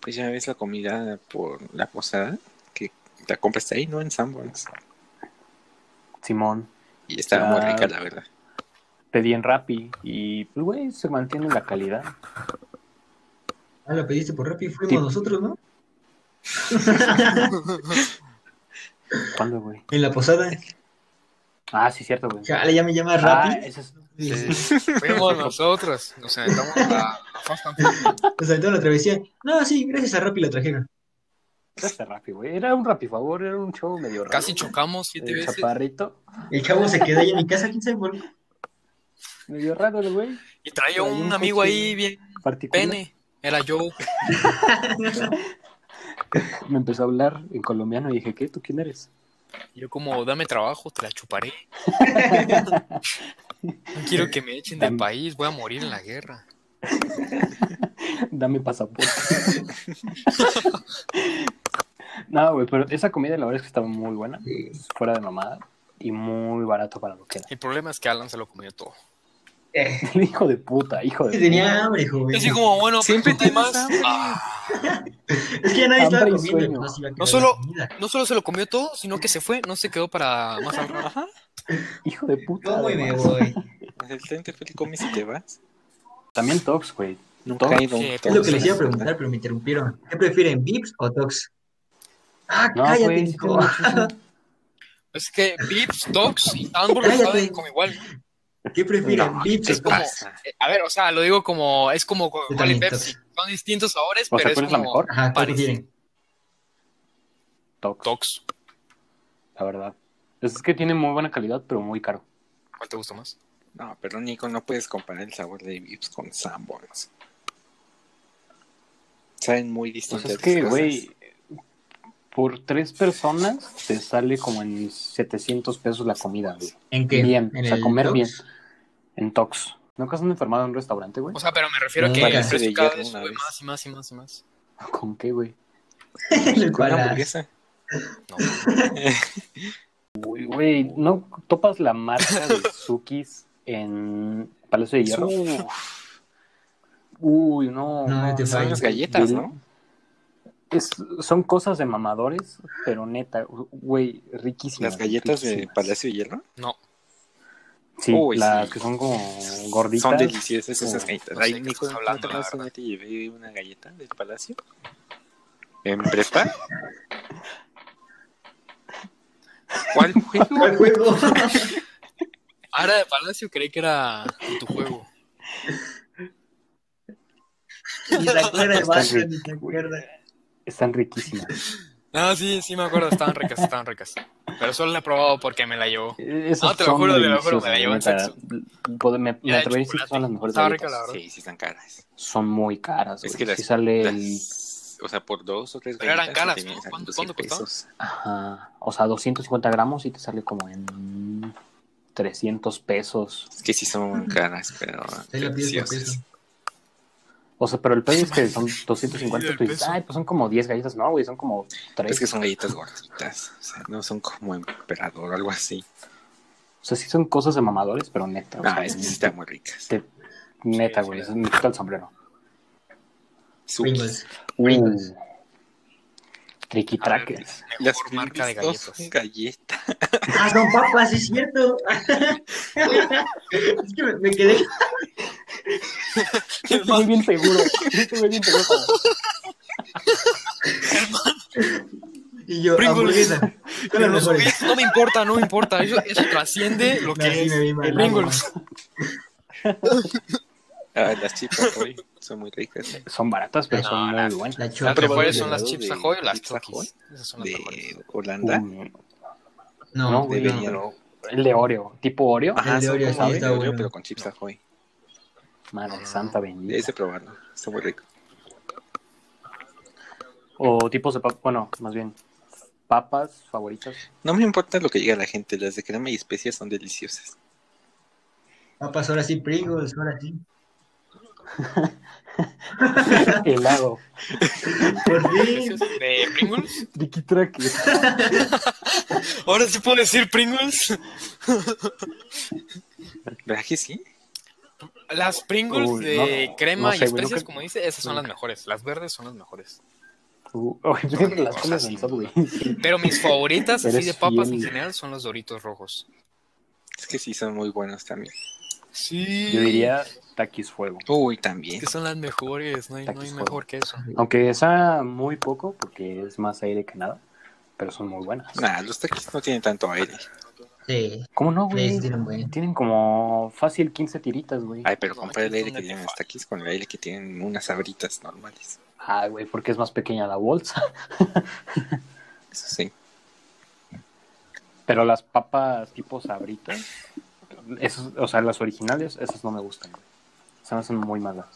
Pues ya ves la comida por la posada, que la compras ahí, ¿no? En Sanborns.
Simón,
Y estaba muy
Ah.
rica, la verdad.
pedí en Rappi y, pues, güey, se mantiene la calidad.
Ah, lo pediste por Rappi, fuimos
Sí.
nosotros, ¿no? [LAUGHS]
¿Cuándo, güey?
En la posada.
Ah, sí, cierto, güey.
Chale, ya me llamas
Ah,
Rappi.
ese es-
Y [LAUGHS] dices,
Sí, Fuimos nosotros, nos sentamos a, a Fast and Furious.
Nos aventó la travesía. No, sí, gracias a Rappi la trajeron.
Era ese Rappi, güey. Era un Rappi favor, era un chavo medio raro.
Casi chocamos siete
El
veces.
chaparrito.
El chavo se quedó ahí en mi casa, quién sabe por qué.
Medio raro el güey.
Y traía
Traía
un
un
amigo
coche.
ahí bien
Particular.
pene. Era yo.
Me empezó a hablar en colombiano y dije, ¿qué? ¿Tú quién eres? [LAUGHS]
Yo como, dame trabajo, te la chuparé. No quiero que me echen del
Dame.
país, voy a morir en la guerra.
Dame pasaporte. [LAUGHS] no, güey, pero esa comida la verdad es que estaba muy buena.
Sí.
Fuera de mamada. Y muy barato para lo que era. [LAUGHS]
El problema es que Alan se lo comió todo.
Eh,
hijo de puta, hijo de
[LAUGHS] Tenía hambre, joven.
Y así como, bueno,
Siempre
pues, ¿qué
tienes
más?
hambre.
Ah,
Es que ya nadie estaba
Hambre y sueño.
comiendo. No, se iba a quedar
No solo-
la comida.
no solo se lo comió todo, sino que se fue, no se quedó para más al rato.
Ajá.
puta. Hijo de puta.
Yo voy, me
además.
voy.
O sea, el tren te fue, te comes y te vas.
También Tox, güey.
Nunca
Tox.
he ido a un
Es
Es lo que les
Tox.
iba a preguntar, pero me interrumpieron. ¿Qué prefieren, Vips o Tox? Ah,
No, pues,
cállate,
güey.
Nico.
Es que Vips, Dogs y ambos lo
Cállate.
saben como igual.
¿Qué prefieren,
No,
Vips
Es
o
como,
pues.
Tox?
eh, a ver, o sea, lo digo como, es como Coca-Cola y
también,
Pepsi. Son distintos sabores,
O
pero
sea,
es
¿cuál es la
como
mejor?
Ajá, ¿qué
París.
prefieren?
Tox,
Tox.
la verdad. Es que tiene muy buena calidad, pero muy caro.
¿Cuál te gusta más?
No, pero Nico, no puedes comparar el sabor de Vips con Sanborns. Saben muy
Pues
distintas
es
las
que,
cosas.
güey, por tres personas te sale como en 700 pesos la comida, güey.
¿En qué?
Bien,
¿En
o sea,
el
comer
Tox?
bien. En Tox. ¿Nunca has enfermado en un restaurante, güey?
O sea, pero me refiero a
Mm.
que
Nunca
el
se
precio
le
cada
hierve
vez
una
sube
vez.
más y más y más y más.
¿Con qué, güey?
[LAUGHS] En el
Con una
[LAUGHS] Palace.
hamburguesa.
No.
Uy, güey, ¿no topas la marca de Sukis en Palacio de Hierro?
Uf,
Uy, no.
No, te
son las galletas, ¿no?
Es- son cosas de mamadores, pero neta, güey, riquísimas.
Las galletas de
riquísimas.
Palacio de Hierro.
No,
Sí,
Uy,
las
sí.
que son como gorditas.
Son deliciosas
como-
esas galletas.
no sé
Ay,
de qué
Nico,
estás
¿no
hablando,
te
la
acuerdas
verdad.
dónde te llevé una galleta del Palacio? ¿En prepa? ¿Cuál [LAUGHS] juego?
[LAUGHS]
¿Cuál juego?
Ahora de Palacio creí que era de tu juego.
Ni se acuerda el
Está
vaso,
rico,
ni se acuerda.
Están
[LAUGHS]
riquísimas.
No, sí, sí me acuerdo, estaban ricas, estaban ricas. Pero solo la he probado porque me la llevó.
Esas
No, Ah, te lo
son
juro, te lo juro, me la
deliciosas,
llevo en
neta.
sexo.
Puedo- Me, me
Era de
atrevo a decir que
chocolate.
son las mejores
Estaba
galletas.
rica, la verdad.
Sí, sí están caras.
Son muy caras,
Es
güey.
que las-
Sí sale el...
las- O sea, por dos o tres
Pero eran
galletas.
caras,
te vienen
¿no? ¿Cuánto-
saliendo 100
cuánto costaban?
pesos.
Ajá. O sea, 250 gramos y te sale como en 300 pesos.
Es que sí son caras, pero
Ahí la pides por peso.
deliciosas.
O sea, pero el pedo es que son 250
[LAUGHS] Sí,
tú dices,
peso.
ay, pues son como 10 galletas. No, güey, son como 3.
Es que son galletas gorditas. O sea, no son como emperador o algo así.
O sea, sí son cosas de mamadores, pero neta. o
Ah,
sea,
es que sí están muy ricas.
te- Neta,
Sí,
güey.
sí.
eso Me quita el sombrero.
Sukis.
Pringles.
Wings. Mm. Tricky
A ver,
Trackers.
Mejor
Las
marca de
Pringles no son
galletas.
galletas.
Ah, son papas, sí es cierto. [LAUGHS] es que me, me quedé.
[LAUGHS] Estoy bien seguro. [LAUGHS] Estoy bien seguro.
Y yo,
Pringles. [LAUGHS]
hamburguesa. Son las
Pero los
mejores.
Pringles no me importa, no me importa. Eso, eso trasciende lo que
No, sí
es
me vi mal.
Pringles.
Ah, las chipas hoy [LAUGHS] son muy ricas.
Son baratas, pero
No,
son
la-
muy buenas.
La
Las
¿Has
choca.
probado
mejores
el
son las
helado
chips
de
ahoy o las
Chips Ahoy?
chokis. Esas son las mejores.
De Holanda.
Mm,
No,
No, güey.
debería.
no. El de Oreo. Tipo Oreo.
Ajá,
El de
son
Oreo,
como
sí,
de
está
Oreo,
bueno.
pero con chips ahoy.
Madre
No.
santa bendita.
Debes de probarlo. Está muy rico.
O tipos de papas, bueno, más bien, papas favoritas.
No me importa lo que diga la gente. Las de crema y especias son deliciosas.
Papas, ahora sí, Pringles, ahora sí.
Helado.
Por fin.
¿Precios ¿De
[LAUGHS]
Pringles?
Tricky Track.
Ahora sí puedo decir Pringles.
¿Verdad que sí?
Las Pringles
Uy,
de
no,
crema
no sé, güey,
y especias,
nunca-
como dice, esas son las mejores. Las verdes son las mejores.
Uh, oye, siempre [LAUGHS] las comes en Subway.
Pero mis favoritas, así
Eres
de papas en
fiel.
general, son los doritos rojos.
Es que sí son muy buenos también.
Sí.
Yo diría taquis fuego.
Uy,
Es
también.
que son las mejores, no hay, no hay
Taquis
mejor que eso.
Aunque esa muy poco, porque es más aire que nada, pero son muy buenas.
Nah, los taquis no tienen tanto aire.
Sí,
¿Cómo no,
sí,
güey?
tienen buen.
Tienen como fácil 15 tiritas, güey.
Ay, pero
No,
compara el
aquí
aire
son
que
de
tienen
tefal.
los taquis con el aire que tienen unas sabritas normales.
Ah, güey, porque es más pequeña la bolsa. [LAUGHS]
Eso sí.
Pero las papas tipo sabritas, esas, o sea, las originales, esas no me gustan. güey. O sea, son muy malas.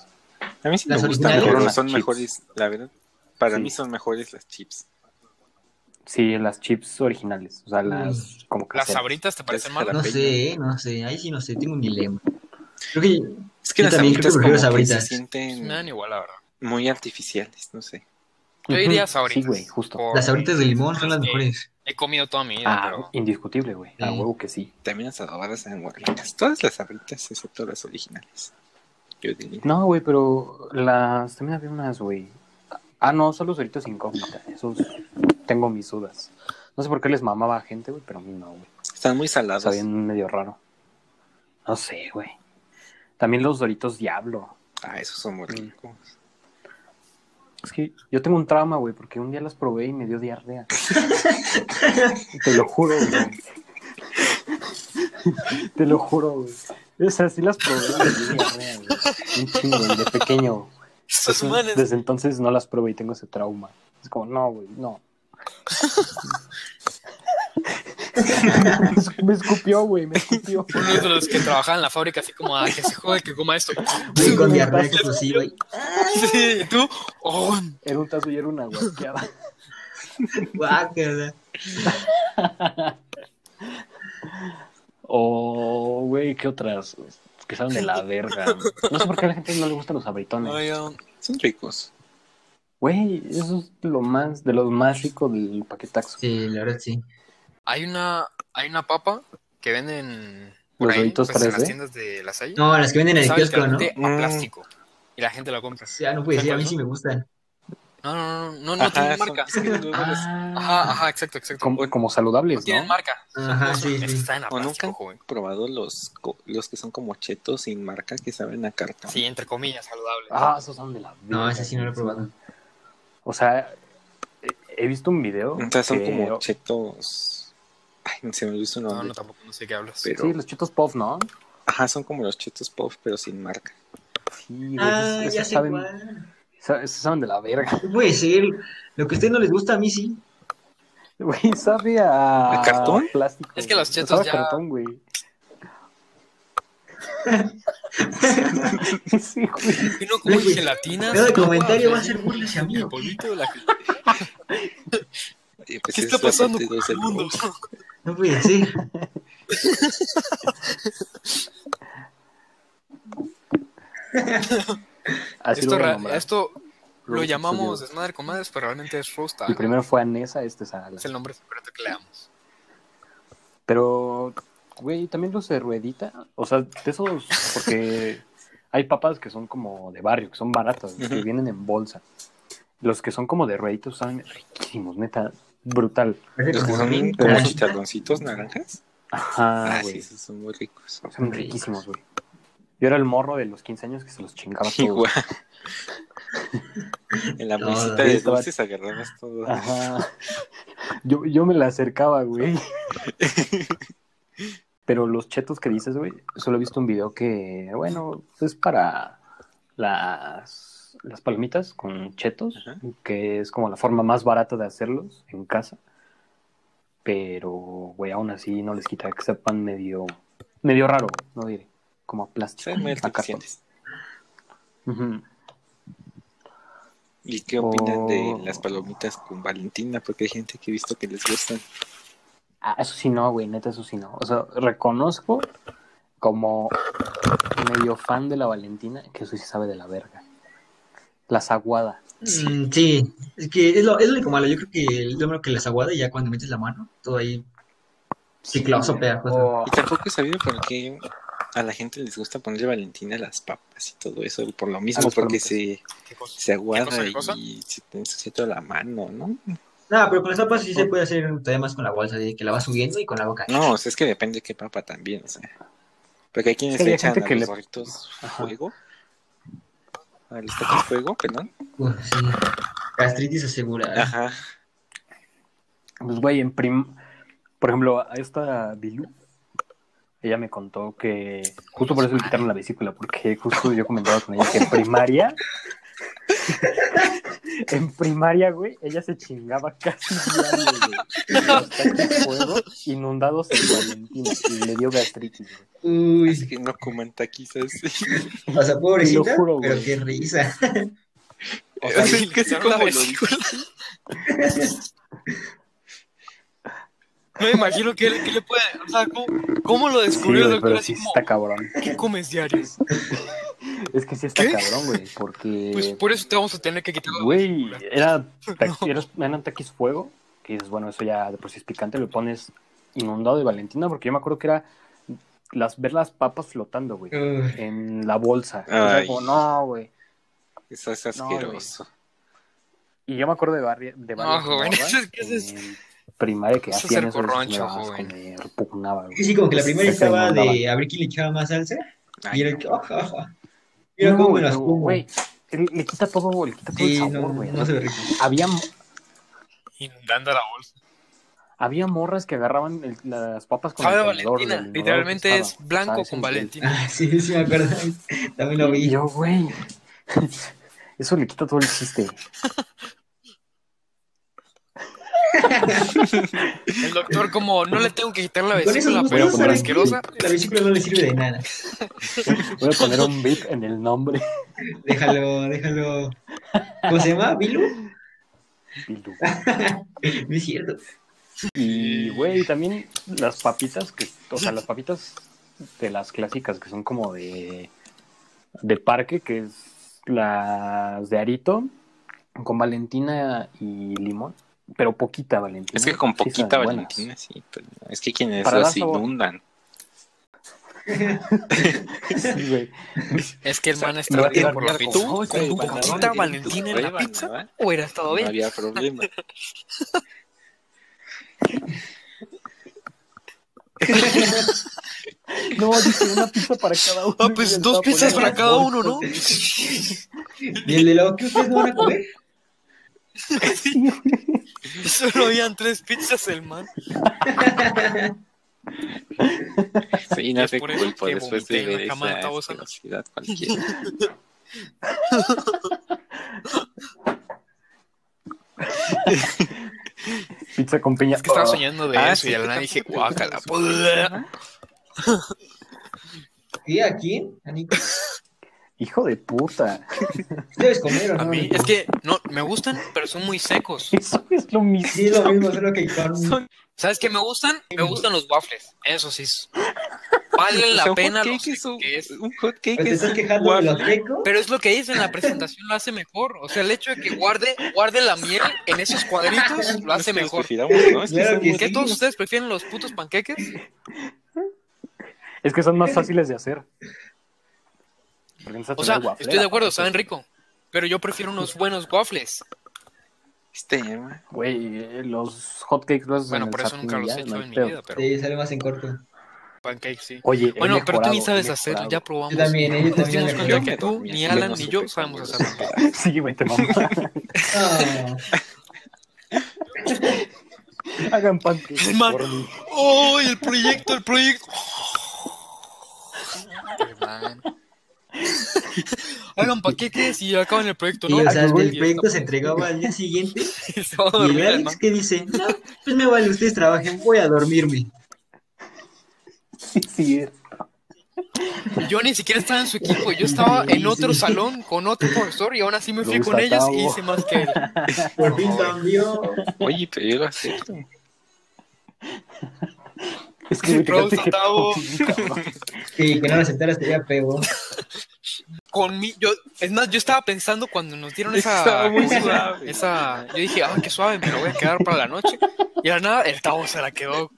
A mí sí
Las
me gustan,
originales.
pero
Las
son
chips.
mejores, la verdad. Para
Sí.
mí son mejores las chips.
Sí, las chips originales, o sea, las como que
¿Las sabritas te parecen malas?
No sé, eh, no sé. Ahí sí no sé, tengo un dilema. Creo que
Es que
Yo
las
también creo
sabritas
que
como
prefiero
que se
Sabritas.
Me dan
sienten
igual, la verdad.
muy artificiales, no sé.
Yo
Ujú,
diría sabritas.
Sí, güey, justo.
por-
las sabritas de limón son las
que
mejores.
He comido toda mi vida,
Ah,
pero
indiscutible, güey. A
Sí.
huevo que sí.
También las adobadas en guarditas. Todas las sabritas, excepto las originales. Yo diría.
No, güey, pero las también había unas, güey. Ah, no, son los doritos incógnita. Esos tengo mis dudas. No sé por qué les mamaba a gente, güey, pero a mí no, güey.
Están muy saladas.
Sabían medio raro. No sé, güey. También los doritos diablo.
Ah, esos son muy
Mm.
ricos.
Es que yo tengo un trauma, güey, porque un día las probé y me dio diarrea. Te lo juro, güey. Te lo juro, güey. O sea, sí las probé y me dio diarrea, güey. Un chingo, güey, de pequeño, güey.
estos
Entonces,
manes
desde entonces no las probé y tengo ese trauma. Es como, no, güey, no. [LAUGHS] me escupió, güey, me escupió.
uno de los que trabajaba en la fábrica, así como, ah, que se jode que coma esto.
Güey, con
Sí,
diarrea
sí.
explosiva. y-
[LAUGHS] Sí, ¿y [LAUGHS] tú? Oh,
Era un tazo y era una guaqueada.
Guácala.
O, Oh, güey, ¿qué otras? Que saben de
[LAUGHS]
la verga. No sé por qué a la gente no le gustan los
no,
abritones.
yo-
Son ricos.
Güey, eso es lo más, de los más ricos del paquetaxo.
Sí, la verdad sí.
Hay una, hay una papa que venden por
Los
ahí,
Doritos Mm.
pues, en las
3D.
tiendas de la Salle.
No, las que venden en el
Sabe
kiosco, ¿no?
literalmente
¿no?
a plástico. Y la gente la compra.
Ya no puede ser, a mí sí me gustan.
No, no, no, no, no
Ajá,
tienen
son-
marca.
es que
[LAUGHS]
luego los-
Ajá,
Ah,
ajá, exacto, exacto.
como, como
no
saludables,
tienen
¿no?
marca.
Ajá,
Eso-
sí,
eso
sí.
está en a
O nunca
plástico,
han
joven.
probado los, co- los que son como chetos sin marca que saben a cartón.
Sí, entre comillas, saludable.
Ah, esos son de la verga.
No, ese sí no lo he probado.
O sea, he- he visto un video.
O sea, son
que-
como chetos. Ay, se me olvidó un
no,
nombre.
no, tampoco, no sé qué hablas.
pero...
Sí, los chetos puff, ¿no?
Ajá, son como los chetos puff, pero sin marca.
Sí, güey,
Ah,
esos- esos
ya sé
saben,
cuál.
sa- esos saben de la verga.
No Puede ser. Lo que a ustedes no les gusta, a mí sí.
Güey, sabe a...
¿A cartón?
Plástico.
Es que los
güey.
chetos
Sabe a
ya-
cartón, güey. [LAUGHS] sí, güey.
Y no como
Oye,
gelatina.
Cada
agua,
comentario va a
relleno,
ser burlas a mí.
El polvito de la
Eh, pues
¿Qué
es
está
la parte
pasando
dos
con
del
el mundo?
box.
No puede ser.
Así
Esto,
lo voy a
ra-
nombrar.
esto lo
Roast
llamamos este,
Studios.
desmadre con madres, pero realmente es rosta.
Y primero fue a Nesa, este es a-
Es el nombre secreto que le damos.
Pero, güey, también los de ruedita. O sea, de esos,
[LAUGHS]
porque hay papas que son como de barrio, que son baratas, que
Ujú.
vienen en bolsa. Los que son como de rueditos saben riquísimos, neta, brutal.
Los que son bien
Pero
como
esos-
chicharroncitos naranjas.
Ajá,
Ah, sí,
güey.
esos son muy ricos. [LAUGHS]
Son riquísimos, güey. Yo era el morro de los 15 años que se los chingaba todos. [LAUGHS]
Igual. En la
No,
bolsita
no,
de
estaba- Ah.
dulces agarrabas todo.
Ajá. Yo, yo me la acercaba, güey. Pero los chetos que dices, güey, solo he visto un video que, bueno, es para las, las palomitas con chetos,
Ajá.
que es como la forma más barata de hacerlos en casa. Pero, güey, aún así no les quita que sepan medio, medio raro, güey, no diré, como a plástico.
Saben muy
a cartón.
artificiales.
Ujú.
¿Y qué opinan
Oh.
de las palomitas con Valentina? Porque hay gente que he visto que les gustan.
Ah, eso sí no, güey, neta, eso sí no. O sea, reconozco como medio fan de la Valentina que eso sí sabe de la verga. Las aguadas.
Mm, sí, es que es lo, es lo único malo. Yo creo que el número que las aguada y ya cuando metes la mano, todo ahí cicloso, pegajoso.
Oh,
Y tampoco he sabido por qué a la gente les gusta ponerle Valentina a las papas y todo eso. Por lo mismo,
las
porque
palomitas.
se,
¿Qué cosa?
se aguada
qué cosa?
y se te ensucia toda la mano, ¿no?
Nada, pero con las tapas sí se puede hacer todavía más con la bolsa, de que la vas subiendo y con la boca.
No, o sea, es que depende de qué papa también, o sea. Porque hay quienes
Sí, hay
le echan
gente
a
que
los
le-
gorritos
Ajá.
fuego. A los tacos fuego, perdón.
Uh, sí. Gastritis asegurada.
Ajá.
Pues, güey, en prim... Por ejemplo, a esta Bilú, ella me contó que justo por eso le quitaron la vesícula, porque justo yo comentaba con ella que en primaria... [LAUGHS] En primaria, güey, ella se chingaba casi diario, güey. Los tacos de fuego inundados en Valentina y le dio gastritis, güey.
Uy,
Así que no coman taquizas.
o sea,
Te
pobrecita,
lo juro,
pero
güey.
qué risa. [LAUGHS]
O sea,
Sí, que sí,
¿sabes la
como lo
vesícula? No [LAUGHS] me imagino que, le- que le puede. O sea, ¿cómo, cómo lo
sí, güey,
descubrió el doctor?
pero sí
Así como,
está cabrón.
¿qué comes diario?
Es que sí está
¿Qué?
cabrón, güey, porque...
Pues por eso te vamos a tener que quitar la
Güey,
vesícula.
era taqu- eras- eran taquis fuego, que dices, bueno, eso ya de por sí es picante, le pones inundado de Valentina, porque yo me acuerdo que era las, ver las papas flotando, güey,
Uy,
en la bolsa. O sea,
Ay.
como, no, güey.
[LAUGHS] Eso es
No, güey.
asqueroso.
Y yo me acuerdo de barri de varias
joven,
morras
eso es que eso es-
en primaria que
eso es
hacían
ser
eso, güey,
corroncho, joven.
me repugnaba, güey.
Sí, como que la primera
Se
estaba de
inundaban.
a ver quién le echaba más salsa.
Ay,
Y era
no.
el que, ojo, ojo. Mira
No,
cómo me las
no,
como.
güey, le le quita todo, le quita todo el
Sí, no,
sabor, güey.
no se ve rico. [LAUGHS]
Había
Inundando la bolsa.
Había morras que agarraban el- las papas con
Sabe a
el tenedor
Valentina,
del inodoro
literalmente
que
es
estaba,
blanco
¿sabes?
con
Entonces,
Valentina.
Ah, sí, sí, me acuerdo. [LAUGHS] También lo
Y
vi.
yo, güey. [LAUGHS] Eso le quita todo el chiste.
El doctor, como no le tengo que quitar la
Con eso,
vesícula,
con
pero
eso
como
por
la
saben
asquerosa.
que La vesícula no le sirve de nada.
Voy a poner un beep en el nombre.
Déjalo, déjalo. ¿Cómo se llama? ¿Vilu?
Bildu.
No es cierto.
Y, güey, también las papitas, que, o sea, las papitas de las clásicas que son como de, de parque, que es las de Arito, con Valentina y limón, pero poquita Valentina.
Es que con
Sí,
poquita
saben buenas.
Valentina, sí. pues, no. Es que quienes
Para
las
dar sabor.
inundan.
[LAUGHS] Sí, güey.
Es que el man
me
está
va a
bien
tirar
por la
con-
pizza.
con-
¿Tú
con-
con tu
con-
poquita Valentina en la
Prueba,
pizza?
nada,
¿Hubiera estado
No
bien?
había problema.
No, dice una pizza para cada uno.
Ah,
y
pues
el
dos
tapo
pizzas
de
para
la
cada
bolsa.
uno, ¿no? [LAUGHS]
¿Y el de la que ustedes no van a comer?
Solo habían tres pizzas el man.
[LAUGHS] Sí, no
Es
te
por eso
culpo
que
después
vomité
de
en la
ver
cama de
esa
Tabasco.
asquerosidad cualquiera. [LAUGHS]
Pizza con piña.
Es que estaba
Oh.
soñando de
Ah,
eso
sí,
y de la
¿qué
nada [LAUGHS]
tal?
dije,
¿Te
guácala. pues".
gusta la
¿Qué? ¿A quién? ¿A Nico?
Hijo de puta. [LAUGHS]
¿Debes comer o no?
A mí,
Nico?
es que no, me gustan, pero son muy secos.
Eso es lo mismo.
Sí, es lo mismo, solo que con.
¿Sabes qué me gustan? Me gustan los waffles. Eso sí. es- [LAUGHS] Valen
O sea,
la
un
pena.
hot
lo
cake pues, es
seco
un,
que es.
un hot
Pues
cake
te
es
estás
un
quejando de los
waffle.
secos.
Pero es lo que dice en la presentación, lo hace mejor. O sea, el hecho de que guarde, guarde la miel en esos cuadritos lo hace
Es que nos
mejor.
prefiramos, ¿no? Es que
Claro
son
que
muy-
¿Qué todos ustedes prefieren los putos panqueques?
Es que son más fáciles de hacer. Porque necesitas
O
tener
sea,
guaflera
estoy de acuerdo,
para
saben
hacer-
rico. Pero yo prefiero unos buenos waffles.
Este, ma,
Güey, eh, los hotcakes los hacen en
Bueno,
el
por eso nunca
sartén y
los
ya,
he
no
hecho
hay
en mi
pedo.
vida, pero
Sí, sale más en corto.
pancakes sí.
Oye, he
Bueno, pero tú ni
mejorado,
sabes
he
hacerlo, ya
mejorado.
probamos.
Yo también, ¿eh? yo
Nos
también.
dimos
le
Yo
cuenta que
creo.
también.
tú,
Yo
ni
sí
Alan,
no
ni
supe
yo
cómo
sabemos
los
hacerlo.
[LAUGHS] Sí, güey, te mamá.
Ah,
Hagan pancakes
Man.
por mí.
¡Oh, el proyecto, el proyecto! Hagan paquetes y ah, acaban el proyecto, ¿no?
Y o sea,
Ay, güey,
el
[LAUGHS]
proyecto se entregaba al día siguiente.
Se va a
Y
dormir
el
el man.
Alex que dice: No, pues me vale, ustedes trabajen, voy a dormirme.
[LAUGHS] Sí, sí. es.
Yo ni siquiera estaba en su equipo, yo
[LAUGHS]
estaba en otro salón con otro profesor y aún así me fui
Luis
con ellos y
Atabo.
hice más que él.
Por fin cambió.
Oye, pero yo lo acepto.
Es que me
Rose
fíjate [LAUGHS] que
Atabo.
cabrón.
Sí, que no lo aceptara sería peor.
Con mi, yo, es más, yo estaba pensando cuando nos
[LAUGHS]
dieron
Es que
esa,
estaba muy
¿cómo se llama?
suave.
esa, yo dije, ah, qué suave, me lo voy a quedar para la noche. Y ahora nada, el Tavo se la quedó.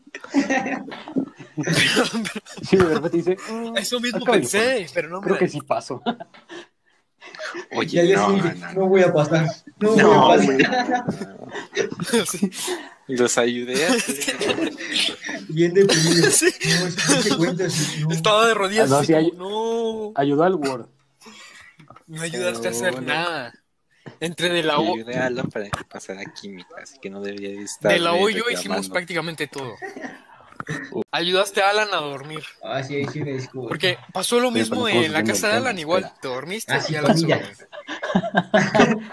Sí, de repente dice,
[LAUGHS]
"Mm,
Eso mismo
acá hay
pensé, pero no me
Creo
la
que sí paso.
Y al
Oye,
día
no,
siguiente,
no,
no,
no.
voy a pasar. No,
No,
voy a
güey,
pasar.
no, no.
[LAUGHS] Sí.
Los ayudé a [LAUGHS] hacer-
[LAUGHS] Bien deprimido.
Sí.
No, es que te cuentas. No.
Estaba de rodillas.
Ah, no,
así
sí hay-
como,
Ayudó al Word.
no, no ayudaste a
No,
hacer
no.
nada. Entre de la
Yo
O,
ayudé a Alan para que pasara química, así que no debería de estar.
de la O y yo hicimos
reclamando.
[LAUGHS]
prácticamente todo.
Uh.
Ayudaste a Alan a dormir.
Ah, sí, sí, me disculpo.
Porque pasó lo mismo
Pero, ¿cómo
en la
se
casa de
llama?
Alan, igual.
Espera.
Te dormiste
Ah, sí,
y Alan se
comida.
durmió.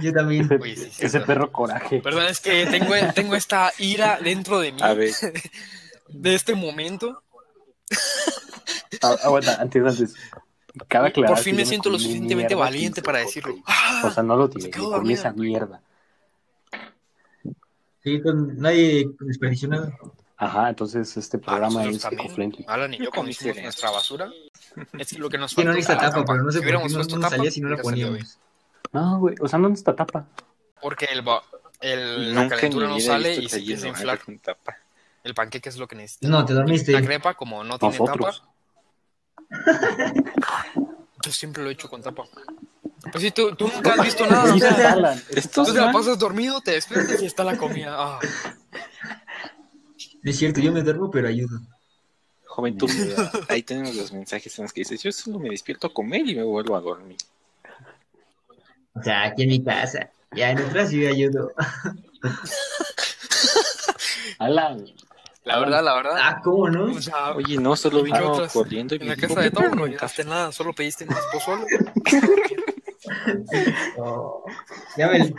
Yo también.
Oye, sí, sí,
Ese
sí.
perro coraje.
Perdón, es que tengo, tengo esta ira dentro de mí,
A ver,
de este momento.
Ah, aguanta, antes, antes. Cada
Por fin me siento lo suficientemente valiente para decirlo. ¡Ah!
O sea, no lo tiré,
Me
me
cago en la
comí esa mierda.
Sí, con- nadie desperdició nada.
Ajá, entonces este programa
nosotros
es
Ah, también.
eco-friendly.
Alan y yo
Yo
comimos
comí cereal.
nuestra basura. Es que lo que nos
Sí, no
faltó
necesita
era la
tapa, pero no
Si
sé por qué
hubiéramos
no,
puesto
no nos
tapa,
salía si no la
hubiera salido bien.
poníamos.
No, güey, o sea, ¿dónde está tapa?
Porque el, ba- el- la
nunca en
calentura
mi
no
vida he
sale
visto
y
que
se
alguien
empieza a
lo
inflar.
haga con tapa.
El panqueque es lo que necesita.
¿eh? No, te dormiste.
La crepa, como no tiene
Nosotros.
tapa, yo siempre lo he hecho con tapa. Pues sí, tú, tú nunca has visto
[LAUGHS]
nada. o
Ese es
sea,
Alan, ese es
Estos
Tú te la pasas dormido, te despiertas y está la comida. Ah,
Es cierto, yo me duermo, pero ayudo.
[LAUGHS]
Juventud, ahí tenemos los mensajes en los que dices, yo solo me despierto a comer y me vuelvo a dormir.
O sea, aquí en mi casa. Ya en otra sí ayudo.
Alan.
la verdad, la verdad.
[LAUGHS] Ah, ¿cómo no?
O sea,
Oye, no, solo
¿Y qué
vino
otras?
corriendo y
en la
me dijo,
casa de todo no
"Cómprame un café".
llegaste nada, solo pediste más pozole.
Oh, ya me...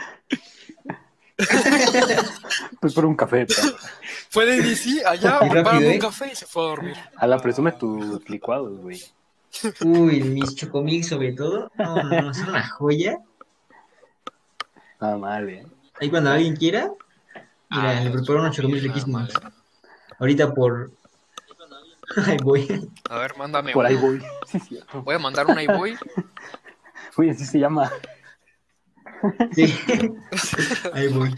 Pues por un café. pero-
Fue de DC allá
Y rápido,
preparando un
¿eh?
café y se fue a dormir.
Alan, presume tus licuados, güey.
Uy, mis chocomil sobre todo. No, no, no, son una joya.
Nada mal, eh.
Ahí cuando alguien quiera, mira,
Ah,
le preparo unos chocomil
nada
riquísimos.
mal,
Ahorita por... [LAUGHS] Ahí voy.
A ver, mándame.
Por ahí
uno.
voy. Sí, sí.
Voy a mandar un iBoy.
Güey, así se llama.
Sí. Ahí voy.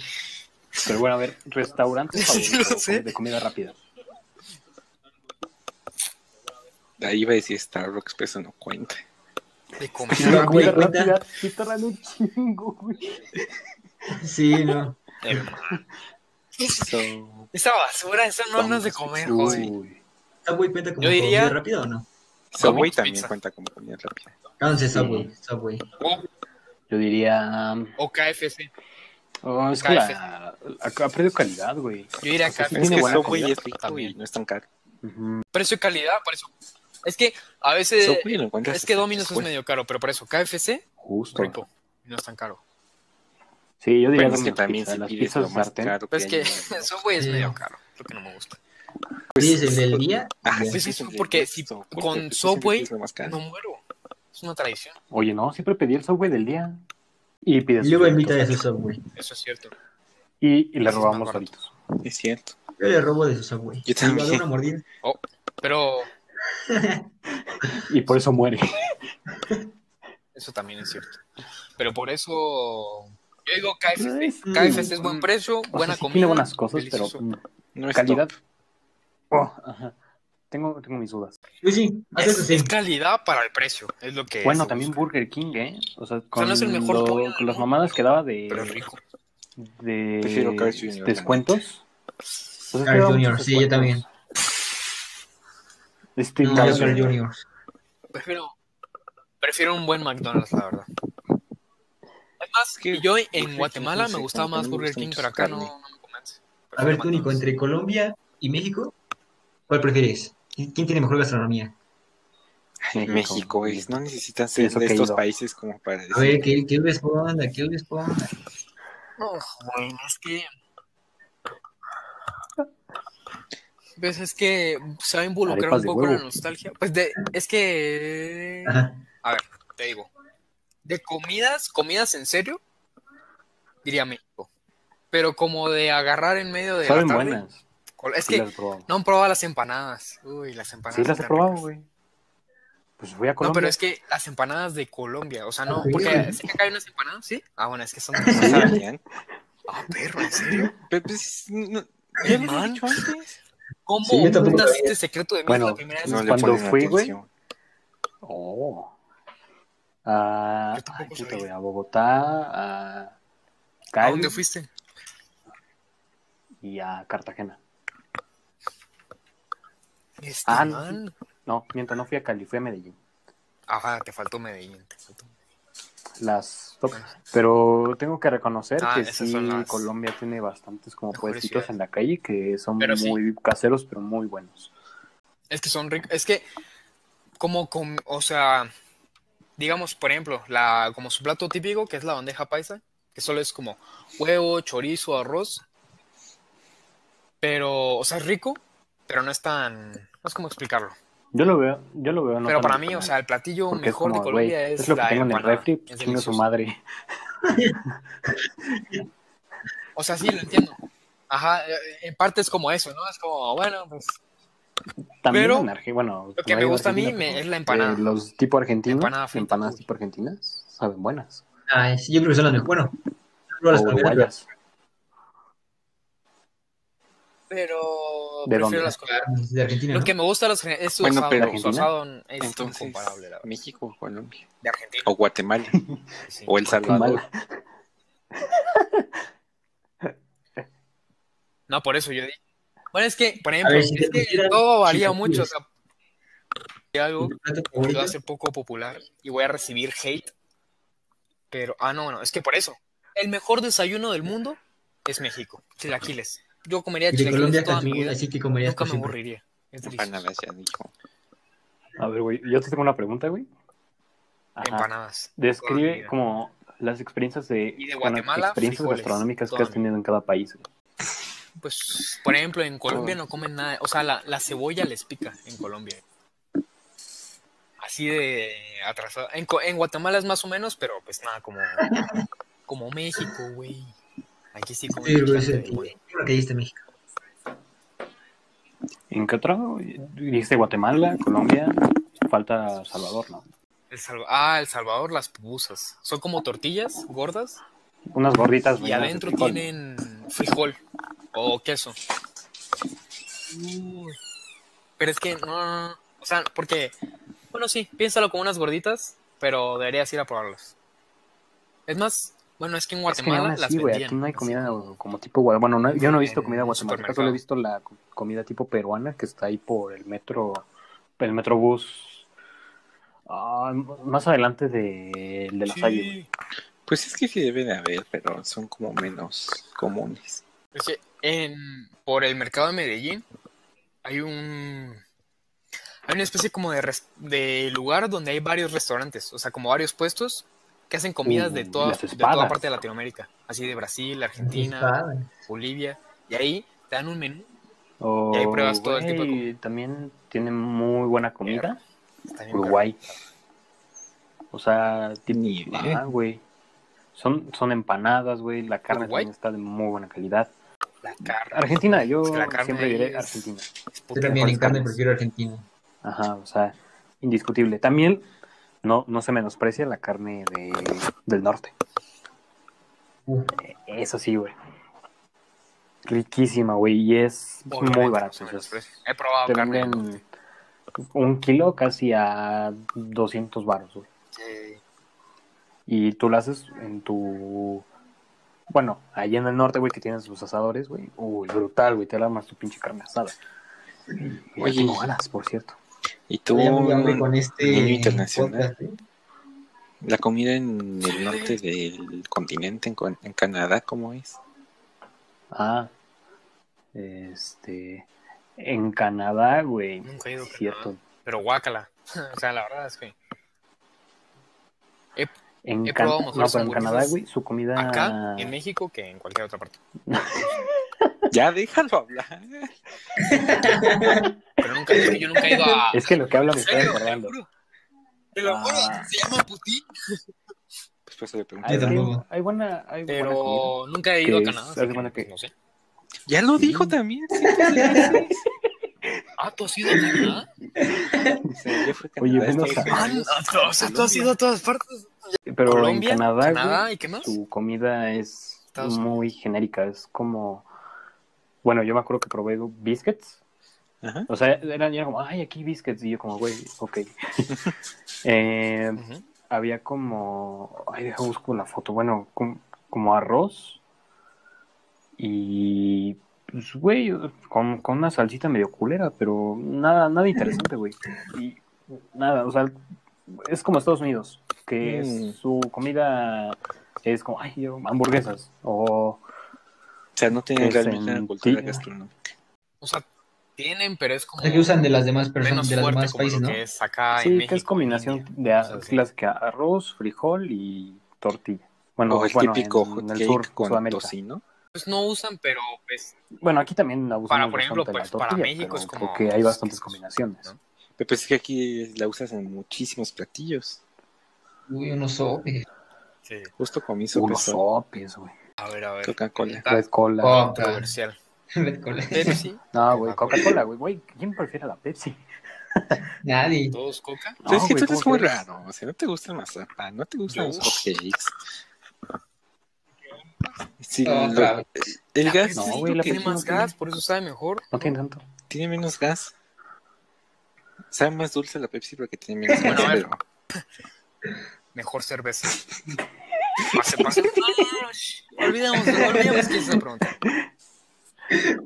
Pero bueno, a ver,
[LAUGHS]
restaurantes
Sí,
favoritos
lo sé.
de comida
[LAUGHS]
rápida.
Ahí iba a decir Starbucks, pero eso no cuenta.
Ah, de comer.
[LAUGHS]
Sí, no,
La comida
güey, cuenta.
rápida sí tardan un chingo, güey.
Sí, no.
So,
Esa basura, eso no, no es de comer, joder.
Uy.
¿Subway cuenta como
Yo diría-
comida rápida o no?
Subway
Domino's
también
Pizza.
cuenta como comida rápida.
Entonces,
Sí.
Subway, Subway.
O,
Yo diría. um,
o KFC.
oh, es que la, la- ha perdido calidad, güey.
Yo diría
sea, sí
Es
tiene
KFC.
que
buena
Subway
comida
es rico y
también.
no es tan caro.
Ujú.
Precio y calidad, por eso. Es que a veces.
Subway lo encuentras
Eh, es que
hasta
Domino's es
pues.
después.
medio caro, pero por eso KFC,
Justo.
rico. No es tan caro.
Sí, yo diría
Pero es que
Domino's
también
Pizza,
si
las
pides
pizzas
lo más
sartén.
caro
Pero es Pues que
hay
[LAUGHS]
en el mundo,
Subway es
Sí.
medio caro. Lo que no me gusta.
¿Pides el del día?
Ah,
Pues
sí,
es
sí,
porque
sí,
si
sí, porque
con
pues siempre
Subway
pides lo más caro.
no muero. Es una tradición.
Oye, no, siempre pedí el Subway del día. Y pides.
Y luego
sus
invita de
Doritos.
su Subway.
Eso es cierto.
Y, y le
Eso es
robamos
más barato.
doritos.
Es cierto.
Yo le robo de su Subway.
Yo también.
Le hago una mordida.
Pero
Y por eso muere.
eso también es cierto. Pero por eso. Yo digo KFC.
[LAUGHS]
Mm.
KFC es buen precio,
O sea,
buena
sí
comida.
Tiene buenas cosas,
delicioso.
pero. mm,
No es
calidad.
top.
Oh, ajá. Tengo, tengo mis dudas.
Pues sí, hasta
Es,
eso sí.
es calidad para el precio, es lo que.
bueno,
se
también
busca,
Burger King, ¿eh? O sea, con,
no es el mejor
lo-
pollo del
con las
mundo,
mamadas que daba de,
Pero es rico.
de
Prefiero Carl's Jr.
descuentos. O sea,
Carl
daba
Jr.,
muchos
sí, yo
descuentos.
también.
Este,
No,
Carl
yo soy
Jr.
Junior.
Prefiero, prefiero un buen McDonald's, la verdad. Es más,
Es que
yo
Burger
en
King,
Guatemala
no sé,
me gustaba
como que
más
no me
Burger
gusta
King,
mucho
pero
su
acá no,
carne.
no me convence.
A ver, tú, Nico, entre Colombia y México, ¿cuál prefieres? ¿Quién quién tiene mejor gastronomía?
Ay,
México.
México es, no necesitas
Sí,
ser
eso
de
que he
estos
ido.
países como para decir.
A ver, que él responda, que él responda.
No, bueno, es que. Pues es que se va a involucrar
Arepas de
un poco la
huevo.
nostalgia. Pues de, es que.
Ajá.
A ver, te digo. De comidas, comidas en serio, diría México. Pero como de agarrar en medio de la
Saben
tarde,
buenas.
col- Es
Sí,
que
las he probado.
no han probado las empanadas. Uy, las empanadas.
Sí, las he
están
probado,
ricas.
güey. Pues voy a
No,
Colombia.
pero es que las empanadas de Colombia, o sea, no,
Ah, sí.
porque sé que acá hay unas empanadas, ¿sí? Ah, bueno, es que son...
¿no sabían?
Ah, perro, ¿en serio?
Pero, pues, no-
¿Qué
¿Ya les he
mal?
dicho antes?
¿Cómo
Sí, yo tampoco
putas
sabía.
este secreto de mí
Bueno,
la primera vez?
no
que
le
escucho?
Cuando
ponen
fui, güey,
atención.
Oh. Ah,
Yo tampoco
ay, puta,
sabía.
güey, a Bogotá, a
¿A
Cali
dónde fuiste?
y a Cartagena.
Este
Ah, no.
man.
No, mientras no fui a Cali, fui a Medellín.
Ajá, te faltó Medellín. te faltó.
Las top. Pero tengo que reconocer
Pues, Ah,
que
esas
sí,
son las-
Colombia tiene bastantes como
Mejores
puestitos
ciudades.
en la calle que son
Pero sí.
muy caseros, pero muy buenos.
Es que son ricos. Es que, como, com- o sea, digamos, por ejemplo, la, como su plato típico, que es la bandeja paisa, que solo es como huevo, chorizo, arroz. Pero, o sea, es rico, pero no es tan. No es como explicarlo.
Yo lo veo, yo lo veo. no
pero
tan
para mí, o
mal,
sea, el platillo
porque es
mejor
como,
de Colombia
güey,
es,
lo que
la
tengo en el
empanada,
refri,
es
chinga su
delicioso.
madre. [LAUGHS]
O sea, sí, lo entiendo. Ajá, eh, en parte es como eso, ¿no? Es como, bueno, pues.
También
Pero
en Arge- bueno,
Lo que me
hay
gusta a mí
Argentina,
me-
pero,
es la empanada.
eh, los tipo argentinos,
Empanada frita,
empanadas
uy.
tipo argentinas, saben buenas.
Ay, Ah, sí, yo creo que son las mejores. Bueno, no las
O
colombianas, pero-
uruguayas.
Pero
¿De
prefiero
dónde?
las colombianas.
de Argentina.
Lo
¿no?
que me gusta de las es su
Bueno,
asado.
pero
su
Argentina,
asado es
Entonces,
incomparable, la verdad.
México o Colombia.
De Argentina.
O Guatemala.
sí.
o El Salvador.
Guatemala.
No, por eso yo dije. Bueno, es que, por
A
ejemplo,
ver, si
es
te
que
pusieras
todo varía
chilaquiles.
mucho. O sea, hay algo
¿Tu plato
que va a
favorito?
ser poco popular y voy a recibir hate. Pero, ah, no, no, es que por eso. El mejor desayuno del mundo es México. Chilaquiles. Yo comería
Y de Colombia
chilaquiles
hasta
toda mi
tú,
vida.
así que comerías
Nunca me
cocina.
aburriría. Es delicioso.
Empanadas, ya dijo.
A ver, güey, yo te tengo una pregunta, güey. Ajá.
Empanadas. Toda mi
Describe
vida.
como las experiencias de,
Y de
bueno,
Guatemala,
experiencias
frijoles,
gastronómicas que
toda
has
mi-
tenido en cada país. güey.
Pues, por ejemplo, en Colombia no comen nada. O sea, la, la cebolla les pica en Colombia. Así de atrasado. En, Co- en Guatemala es más o menos, pero pues nada, como, como México, güey. Aquí sí comen
Sí, güey,
bastante,
sí,
güey.
Lo que dijiste México.
¿En qué otro? Dijiste Guatemala, Colombia, falta Salvador, ¿no?
El Salva- ah, El Salvador, las pupusas. Son como tortillas gordas
Unas gorditas.
y
rellenas de
adentro
frijol.
tienen frijol o queso. Uy. Pero es que no, no, no. o sea, porque, bueno, sí, piénsalo como unas gorditas, pero deberías ir a probarlas. Es más, bueno, es que en
Es que aún
Guatemala las
así, güey,
vendían.
aquí no hay
así
comida
como-
como tipo... gua- Bueno, no- yo no he visto
En
comida
el
guatemalteca,
supermercado.
solo he visto la co- comida tipo peruana que está ahí por el metro, el metrobús ah, más adelante de, de la
Sí,
calle, güey.
Pues es que sí debe de haber, pero son como menos comunes.
es que en- por el mercado de Medellín hay un hay una especie como de, res- de lugar donde hay varios restaurantes, o sea, como varios puestos que hacen comidas de,
Uh,
toda,
las
de toda
espadas.
parte de Latinoamérica, así de Brasil, Argentina,
Ah, bueno.
Bolivia, y ahí te dan un menú.
O,
Y ahí pruebas todo el tipo de
Oh, güey, También tienen muy buena comida.
Está bien,
Uruguay. O sea, tipo,
Ni idea.
ah, güey. Son, son empanadas, güey. La carne
Uruguay.
también está de muy buena calidad.
pero La carne.
Argentina, yo
Es que la carne
siempre
ahí
diré
es-
Argentina.
es
Yo
puta
también en
mejor
carne
carne.
prefiero Argentina.
Ajá, o sea, indiscutible. También no, no se menosprecia la carne de, del norte.
Uf.
Eso sí, güey. Riquísima, güey. Y es
Obviamente,
muy
no
barato.
se
o sea, es-
menosprecia. He probado
te
carne.
venden un kilo casi a 200 baros, güey.
Sí.
Y tú lo haces en tu... Bueno, allá en el norte, güey, que tienen sus asadores, güey. Uy, brutal, güey. Te armas tu pinche carne asada. Y
Oye,
Oye, tengo ganas, por cierto.
Y tú,
Voy a muy hambre con
menú
este
internacional.
podcast, ¿eh?
La comida en el norte del continente, en, Con- en Canadá, ¿cómo es?
Ah, este... En Canadá, güey.
Nunca he ido a Canadá.
Cierto.
Pero guácala. [LAUGHS] o sea, la verdad es que.
En
He
Can-
probado
No,
mejores
pero en Canadá,
hamburguesas
güey, su comida...
Acá, en México, que en cualquier otra parte.
Ya déjalo hablar.
Pero nunca, es que yo nunca he ido a.
Es que lo que habla
¿En
me está
serio? Te lo
recordando.
juro. Te lo juro.
Ah.
Se llama Putin.
Pues por eso le pregunté.
Hay,
Yo tampoco.
hay buena... Hay buena comida.
Pero nunca he ido a
Que
Canadá.
es-
así
haz de cuenta que-
No sé.
Ya lo
Sí.
dijo también. sí,
¿eh? [LAUGHS]
sí,
Ah, ¿tú has ido a
[LAUGHS]
Canadá?
sí. Sí, yo fui a
Oye,
Canadá,
menos
Estados
Ah,
Unidos,
no, o sea, tú has
Colombia.
ido a todas partes.
Pero
Colombia,
en Canadá, güey,
Canadá, ¿y qué más?
su comida es
Estados
muy genérica. Es como. Bueno, yo me acuerdo que probé biscuits.
Ajá.
O sea, eran, eran como, ay, aquí biscuits. Y yo, como, güey, ok. Eh,
Ujú.
había como. Ay, deja busco la foto. Bueno, com- como arroz. Y. Pues, güey, con, con una salsita medio culera, pero nada, nada interesante, güey. Y nada, o sea, es como Estados Unidos, que es-
Mm.
su comida es como, ay, yo, hamburguesas. O.
O sea, no tiene
Es
realmente
Pues, en
una cultura
ti-
gastronómica.
O sea, tienen, pero es como
La que usan de las demás
menos
personas, de los
fuerte
demás
como
países,
lo
¿no?
que es acá Ah, en
Sí,
México.
que es combinación de
o sea,
a-
sí.
clásica, arroz, frijol y tortilla. Bueno,
o el
bueno,
típico
en,
hot
en el
cake
sur,
con
Sudamérica.
tocino.
Pues no usan, pero pues,
Bueno, aquí también abusamos
Para, por ejemplo,
bastante de la
pues, para
tortilla,
México
pero
es como-
porque hay
pues,
bastantes
que-
combinaciones.
¿no?
Pero pues es que aquí la usas en muchísimos platillos.
Uy, unos sopes.
sí.
Justo comí
Unos
sopesón,
sopes, güey.
A ver, a ver.
Coca-Cola.
Ah,
Red Cola.
Coca.
Controversial.
[LAUGHS] Red Cola.
Pero sí,
No,
Ah,
güey, Coca-Cola, güey. Güey, ¿quién prefiere la Pepsi?
Nadie.
todos Coca.
No,
Entonces, es que
güey,
tú
¿cómo
eres muy
crees?
raro. O sea, no te gusta el mazapán, no te gustan
Yo.
los hotcakes. Sí,
Otra
lo-
vez.
el
La
gas
Pepsi
no,
sí
güey, la
tiene
Pepsi no
más
tiene.
gas, por eso sabe mejor.
No tiene tanto.
tiene menos gas. Sabe más dulce la Pepsi porque tiene menos
Bueno,
gas.
a ver.
pero
Mejor [LAUGHS] cerveza. Pase, pase. No, no, no, shh. Oh, Olvidamos, olvidamos que hice esa pregunta.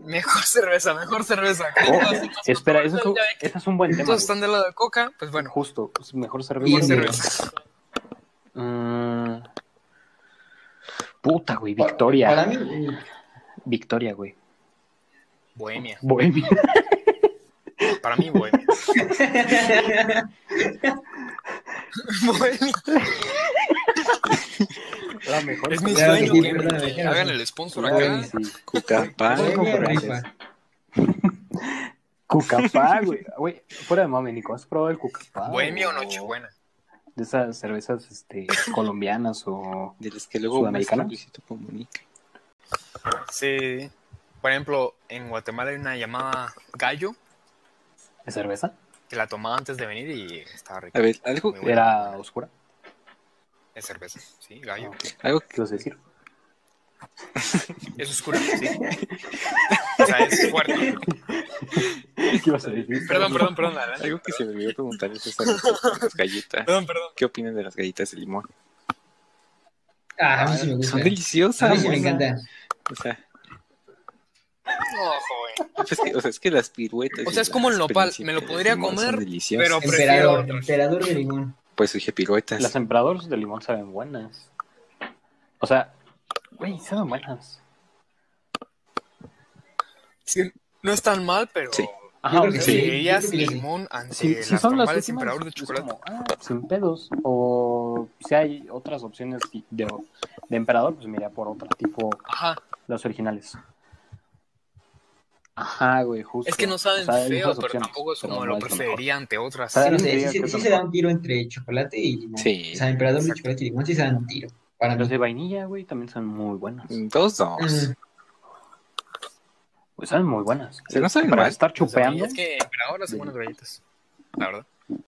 Mejor cerveza, mejor cerveza.
Oh,
Todas estas
espera, eso es, un,
controversias, ya
ese es un buen
que
tema.
Todos
güey.
están del lado de Coca, pues bueno.
Justo, es mejor
Y
cerveza.
Mejor
es
cerveza.
Mm. Puta, güey, Victoria.
Para mí,
[LAUGHS]
eh,
Victoria, güey.
Bohemia. [LAUGHS]
Bohemia.
Para mí, bohemia. [LAUGHS] bohemia.
La mejor.
Es mi
Claro que
sueño
sí,
que, me-
claro,
que
claro.
hagan el sponsor
Güey,
acá.
sí.
Cucapá.
Bueno,
Bohemia
gracias.
rifa.
[LAUGHS] Cucapá, güey. Güey, fuera de mame, Nico, ¿has probado el cucapá?
Bohemia o
no?
Nochebuena.
De esas cervezas
[LAUGHS]
este, colombianas o...
De los que luego
¿Sudamericana?
muestra Luisito comunica.
Sí. Por ejemplo, en Guatemala hay una llamada gallo
¿De cerveza?
que la tomaba antes de venir y estaba rica.
A ver, algo,
Muy buena.
Era oscura,
Es cerveza, sí, gallo.
algo
¿qué vas a
[LAUGHS]
decir?
Es oscura, [LAUGHS] sí. O sea, es fuerte.
¿Qué vas a decir?
Perdón, perdón, perdón. la- la-
Algo que se me olvidó preguntar es esa de las galletas.
Perdón, perdón.
¿Qué opinan de las galletas de limón?
Ah, a mí sí me gusta.
Son
A mí
deliciosas.
sí me
güey.
encanta.
O sea, pues
No, joven.
es que, o sea, es que las piruetas.
O sea,
y
es como el
las
nopal,
príncipes
me lo
de
podría
limón
comer,
Son deliciosas.
pero- prefiero
Emperador,
otros.
emperador de limón.
Pues dije piruetas.
Las emperadoras de limón saben buenas. O sea, güey, saben buenas.
Sí, no es tan mal, pero.
Sí.
Ajá,
creo
o sea,
que sí.
Preferirías
yo creo que sí.
limón ante
Si, si
Eh, las
son las
normales
últimas,
emperador de
es
chocolate.
como, ah, sin pedos. O si hay otras opciones de, de emperador, pues mira por otra, tipo
Ajá.
las originales. Ajá, güey, justo.
Es que no saben
O sea, hay
feo,
otras
pero
opciones,
tampoco es
pero
como
no
lo
es mejor.
preferiría ante otras.
Sabe-
Sí,
Claro,
no sé,
diría
sí,
que
sí
son
se da un tiro entre chocolate y limón.
Sí.
O sea, emperador de
Exacto.
chocolate y limón sí se da un tiro. Para mí.
Las de vainilla, güey, también son muy buenas.
Dos, dos.
Mm.
Pues saben muy buenas.
Se no saben
Para
mal.
estar
Pues, a mí
chupeando.
Es que emperadoras son buenas galletas. La verdad.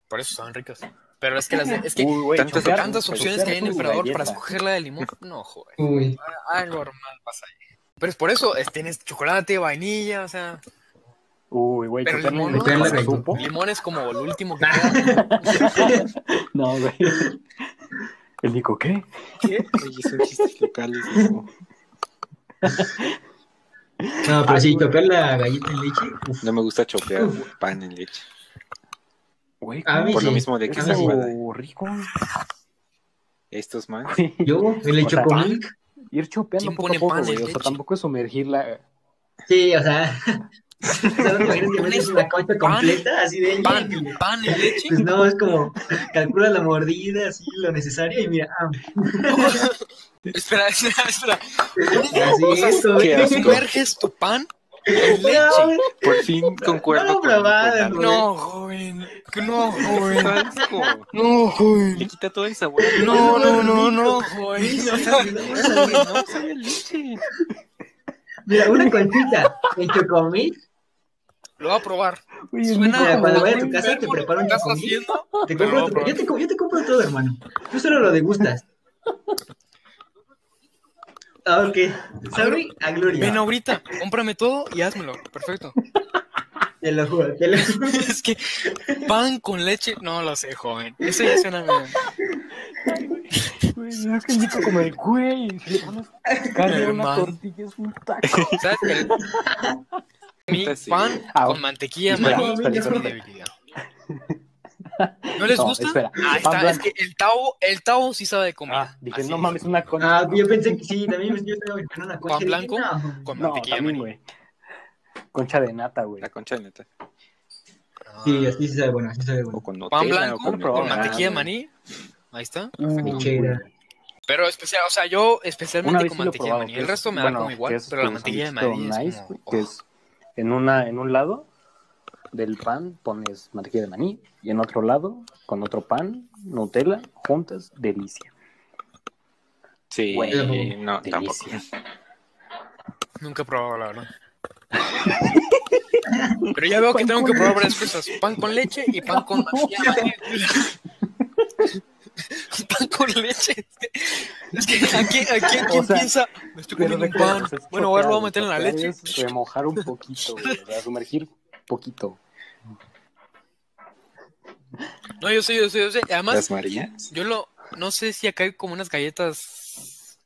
Por eso saben ricas. Pero es que las de- es que
Uy, güey,
tantas-
chopear-
tantas opciones que hay en
chopear es una
emperador para
galleta.
escoger la de limón. No, joder.
Mm,
[LAUGHS]
Uy,
Algo normal pasa ahí. Pero es por eso, es- tienes chocolate, vainilla, o sea.
Uy, güey,
Pero
chopear
limón,
no,
no,
no,
güey.
supo.
Limón es como el último
[LAUGHS]
que queda.
No, güey. [LAUGHS] El Nico, ¿qué?
Oye, son chistes locales. No,
no, pero sí, tocar la galleta en leche. uf.
No me gusta chopear pan en leche.
Güey,
A mí
Por lo
sí.
mismo de que
Ah,
se
sí.
guarda.
algo rico.
Estos man.
güey. [LAUGHS]
Yo, el
O sea,
chocomilk.
Ir chopeando
¿Quién
poco
pone
a poco,
pan en
güey. O sea,
leche?
tampoco es sumergir la...
Sí,
[LAUGHS]
o sea. [LAUGHS] ¿Sabes? Imagínate que metes una concha completa así de
Pan, pan y leche.
Pues no, es como calculas la mordida, así lo necesario y mira, ah,
Espera, espera, espera.
así
O sea,
es.
qué asco.
¿Sumerges tu pan en leche?
Por fin
No
concuerdo
lo
con Nico,
probaba,
tanto.
güey.
No, joven. No,
Qué
joven.
asco.
No,
Le
joven.
quita todo el sabor.
No, no, no, no, joven.
No, sabe a
[LAUGHS]
leche.
Mira, una conchita de chocomil,
Lo va a probar.
Güey, el
Suena
Nico,
Mira,
como
cuando voy a tu
un
casa, te
verbo lo
preparo un
que estás
chocomil.
haciendo.
te
Pero
compro
no,
todo.
pero-
Yo te, co- yo te compro todo, hermano. Tú solo lo degustas. Ah, ok. Sabe a gloria.
Ven ahorita, cómprame todo y házmelo. Perfecto. [LAUGHS]
Te lo juro, te lo juro.
Es que pan con leche, no lo sé, joven. Eso ya suena bien.
güey, es que el Nico como el güey. Si le pones carne a una
Hermano.
tortilla es un taco.
¿Sabes? El- Mi
Puta, sí.
pan
Ah,
con mantequilla,
espera,
maní,
espera,
es mi
espera. [LAUGHS]
debilidad. ¿No les
No,
gusta?
espera.
Ahí
Pan
está, es
blanco.
que el tavo, el tavo sí sabe de
[LAUGHS]
comida.
Ah, dije,
Así
no
es.
mames, una concha.
Ah, yo pensé que sí, también yo estaba imaginando una concha.
¿Pan blanco?
Dije, no.
Con
No,
mantequilla,
también,
maní.
güey. Concha de nata, güey.
La concha de neta.
Sí, así sí sabe bueno, así sabe
O
bueno.
con
Ah, Pan
Nutella.
blanco
O con,
con,
probar.
mantequilla de maní. Ahí está.
Uh,
Lechera.
Pero especial, o sea, yo
Una
especialmente
vez
con
sí lo he
mantequilla de
probado.
maní.
que
El
es-
resto me da
bueno,
como
que
igual,
es
pero la
un
mantequilla de
sanduchito
maní es
nice,
como-
güey, que es en, una, en un lado del pan pones mantequilla de maní y en otro lado con otro pan, Nutella, juntas, delicia.
Sí,
Güey.
no, tampoco.
Delicia.
Nunca he probado, la
[LAUGHS]
verdad. Pero ya veo que tengo que probar varias cosas. Pan con leche y pan con mantequilla de
[LAUGHS]
maní. pan con leche. Es que ¿a quién, a quién, quién
O sea,
piensa? Me estoy comiendo un pan.
recuerda, es
Bueno, ahora lo voy a
chopear,
meter en la
chopear
leche.
es remojar un poquito, güey, o sea, sumergir poquito.
No, yo sé, yo sé, yo sé. Además,
Las Marías.
Yo lo, no sé si acá hay como unas galletas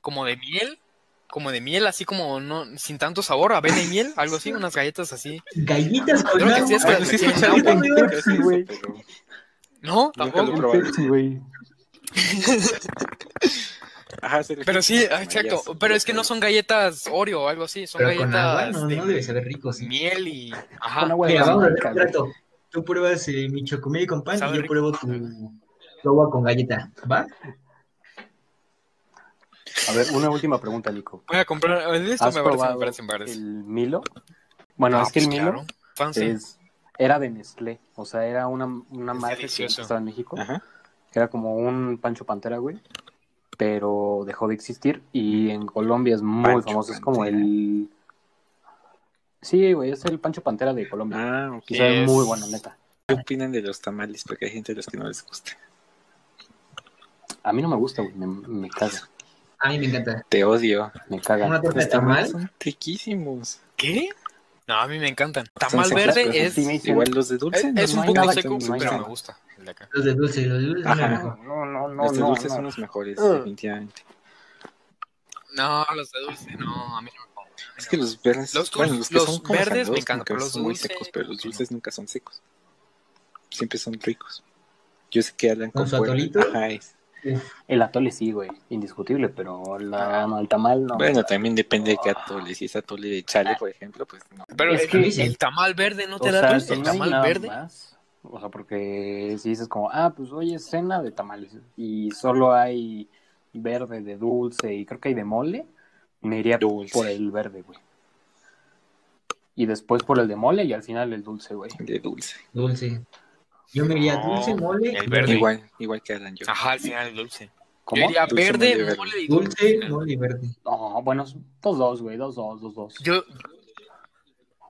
como de miel, como de miel, así como no, sin tanto sabor, avena y miel, algo así, unas galletas así.
Galletas con
Creo que sí es
agua.
Bueno, [LAUGHS] sí he
Tiene
escuchado
agua,
que
güey.
que es
Sí,
eso,
güey.
pero
No,
Nunca lo
tampoco.
he probado.
Sí, güey.
Ajá, sí,
[LAUGHS]
Pero sí, ah,
Marías,
exacto. Pero es que no son galletas Oreo o algo así, son
Pero con agua
galletas
no,
de
no debe saber rico, sí.
miel y...
Con
Ajá.
agua de
Mira, vamos a hacer
manteca,
un
güey.
trato. Tú pruebas eh, mi chocomil con pan
Sabe
y yo
rico.
pruebo tu, tu agua con galleta, ¿va?
A ver, una última pregunta, Nico.
Voy a comprar... Esto
¿Has
me parece, me
probado
parece, me parece.
el Milo? Bueno,
Ah,
es que el
pues
Milo
claro. Fancy.
es- era de Nestlé, o sea, era una, una
Es
marca que
delicioso. Ah.
estaba en México,
Ajá.
que era como un Pancho Pantera, güey, pero dejó de existir y en Colombia es muy
Pancho
famoso, es como
Pantera.
el... Sí, güey, es el Pancho Pantera de Colombia.
Ah, ok.
y sabe
es-
muy bueno, neta.
¿Qué opinan de los tamales? Porque hay gente a los que no les gusta.
A mí no me gusta, güey, me, me caga,
A mí me encanta.
Te odio.
me
Una
caga.
torta de
Los tamales
tamal,
son riquísimos.
¿Qué? No, a mí me encantan. Tamal
Son
secretos,
verde es...
sí me-
Es,
Dicen-
Igual los de dulce. no
es un
hay
poco
nada que
seco,
no
hay
pero
nada.
me gusta el de acá.
los de dulce, los de dulce son
Ajá.
los mejores.
No, no, no,
Los de
no,
dulce
no.
son los mejores,
Ah.
Ugh.
definitivamente.
No, los de dulce, no, a mí no me pongo.
Es que los verdes,
Los dulces-
bueno, los que
los
son como
verdes me
salados,
encantan,
nunca
pero los
son muy
dulces,
secos, pero los
no.
dulces nunca son secos. Siempre son ricos. Yo sé que hablan
¿Con
con
su
puerco.
atolito?
Ajá, es-
El atole sí, güey, indiscutible, pero la, el tamal no.
Bueno, también depende de qué atole. Si es atole de chale, por ejemplo, pues no.
Pero
Es
el,
que-
el tamal verde no te
O
da
sea,
dulce,
si
el
no hay
tamal
nada
verde.
más, o sea, porque si dices como, ah, pues hoy es cena de tamales y solo hay verde de dulce y creo que hay de mole, me iría
Dulce.
por el verde, güey. Y después por el de mole y al final el dulce, güey.
De dulce.
Dulce. Yo me iría
No,
dulce, mole,
el verde.
Igual, igual que Alan yo.
Ajá, al final el dulce.
¿Cómo?
Yo diría
Dulce,
verde,
mole, verde.
mole y dulce.
dulce, mole y verde.
No, bueno, dos, dos, güey, dos, dos, dos, dos.
Yo.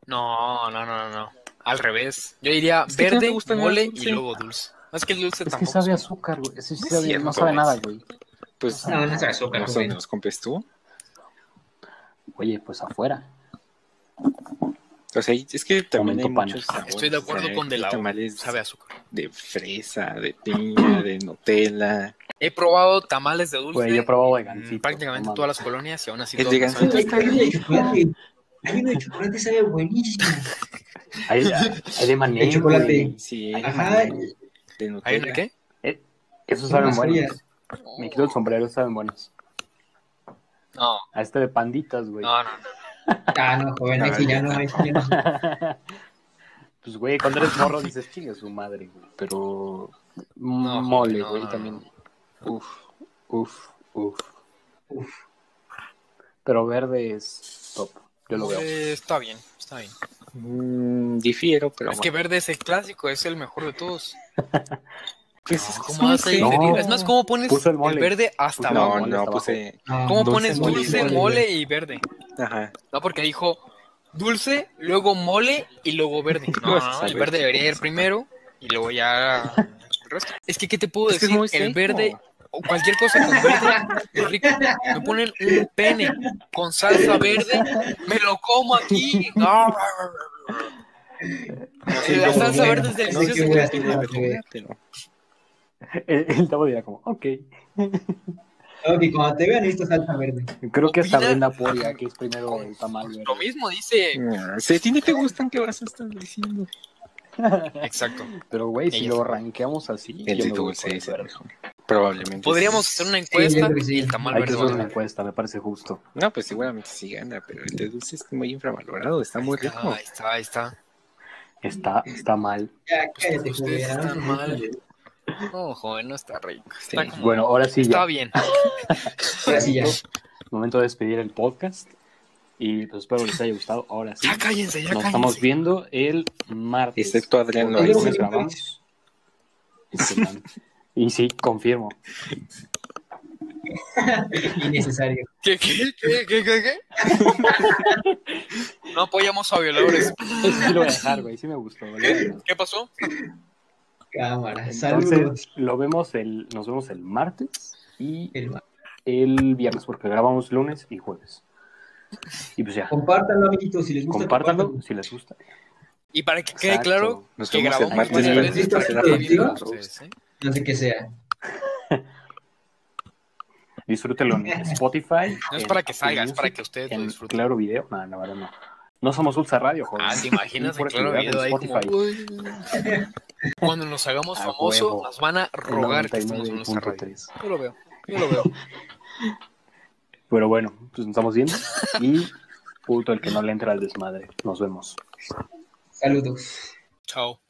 No, no, no, no, no. Al revés. Yo diría
Es que no te
verde,
gusta nada
mole
el
y
dulce.
luego dulce. Es que el dulce
es que
tampoco.
sabe a azúcar, güey. Ese sí
No es
sabe- no
cierto,
sabe
güey.
nada, güey.
Pues
No, no es azúcar,
no sé,
joven.
¿nos compres tú?
Oye, pues afuera.
O sea, es que también hay
Momento pana.
muchos sabores.
Estoy de acuerdo
o sea,
con de
hay
la O.
tamales
Sabe a azúcar.
de fresa, de piña, de Nutella.
He probado tamales de dulce.
Güey, yo he probado
mm,
vegancito.
prácticamente
no mames.
todas las colonias y aún así.
El
todos me
vegancito
saben-
Hay uno de chocolate. Hay uno de chocolate, sabe buenísimo.
Hay, hay de maní,
De chocolate.
güey.
Sí,
Ajá,
de
¿Hay
Nutella.
una qué?
Eh, Esos
No
saben
lo sabía.
buenos. Me quito el sombrero, saben buenos.
No,
A este de panditas, güey.
no, no. no.
Ah, no, joven, ahí sí ya no, ahí sí ya no.
Pues, güey, cuando eres morro dices, chinga su madre, güey. Pero. mm,
No,
mole,
no,
güey,
no,
también. Uf, uf, uf. Pero verde es top. Yo lo veo.
Eh, está bien, está bien.
Mm, difiero, pero
es que verde es el clásico, es el mejor de todos.
pues es
¿Cómo
que
haces?
sí.
No.
Es más, ¿cómo pones
Puso el
el,
mole.
verde hasta
Puso-
abajo?
No, pues,
Mole
no,
hasta
puse...
No,
¿Cómo
Dulce,
pones
mole y
dulce,
verde.
mole y verde?
Ajá.
No, porque dijo dulce, luego mole y luego
[LAUGHS]
verde. No,
Vas a
no, el
saber
verde
qué
debería ir
cosa.
primero y luego ya el resto. Es que, ¿qué te puedo
Es que es
decir?
muy
el
seco.
verde o cualquier cosa con verde es rico. Me ponen un pene con salsa verde, me lo como aquí. No, la
como
salsa
bueno.
verde es
No sé
deliciosa.
qué voy a hacer.
Tiene de comer, pero-
[LAUGHS] El, el Tavo dirá, como, ok.
Ok, cuando te vean, esto salsa verde.
Creo que hasta
Opina-
Brenda Poria, que es primero el tamal verde.
Lo mismo dice.
Ah, Si a ti no te gustan, ¿qué vas a estar diciendo?
Exacto.
Pero, güey, si
Ella
lo
sabe.
ranqueamos así.
El
yo
de
me voy
dulce
con
es el
verde.
mejor. Probablemente.
Podríamos
sí.
hacer una
yo
encuesta
creo que sí.
y el tamal
Hay que
verde
hacer
va a
una
ganar.
encuesta, me parece justo.
No, pues seguramente sí gana, pero el de dulce es muy infravalorado, está muy
Ah,
rico.
Ahí está, ahí está.
Está, está mal.
Ya, cállate,
Ustedes
joder,
están
no,
Pues, mal. No, joven, no está rico.
Sí.
Está, como-
Bueno, ahora sí
está
ya.
bien.
Ahora sí ya.
Momento de despedir el podcast. Y pues espero les haya gustado. Ahora sí.
Ya cállense, ya
Nos
cállense.
estamos viendo el martes.
Excepto Adrián
Porque el
Loaiza.
lunes grabamos. Este, man. Y sí, confirmo.
Innecesario.
¿Qué, qué, qué, qué, qué, qué? [LAUGHS] No apoyamos a violadores.
Eso sí lo voy a dejar, güey. Sí me gustó. ¿vale?
¿Qué pasó?
Cámara. Saludos.
Entonces, lo vemos el, nos vemos el martes y
El mar.
el viernes, porque grabamos lunes y jueves. Y pues ya,
Compártanlo, amiguitos, si les gusta.
compártanlo si les gusta.
Y para que quede
Exacto.
claro
Nos
que
vemos el
grabamos
martes,
varias
Loaiza.
veces para que
¿Estás
quede bien para
productivo?
ustedes, ¿eh?
No sé qué sea.
Disfrútelo
[LAUGHS]
en Spotify.
No es
en
para que
Apple
salga, es
Music,
para que ustedes lo
en
disfruten.
Claro Video. No, no, no. no. No somos Ulsa Radio, joder.
Ah, ¿te imaginas
Por
el claro
actividad
video
en
ahí como,
Spotify.
"Uy". Cuando nos hagamos
A
famosos,
huevo.
nos van a rogar que estamos en nuestra radio.
99.3.
Yo lo veo, yo lo
[LAUGHS]
veo.
Pero bueno, pues nos estamos viendo. Y puto el que no le entra al desmadre. Nos vemos.
Saludos.
Chao.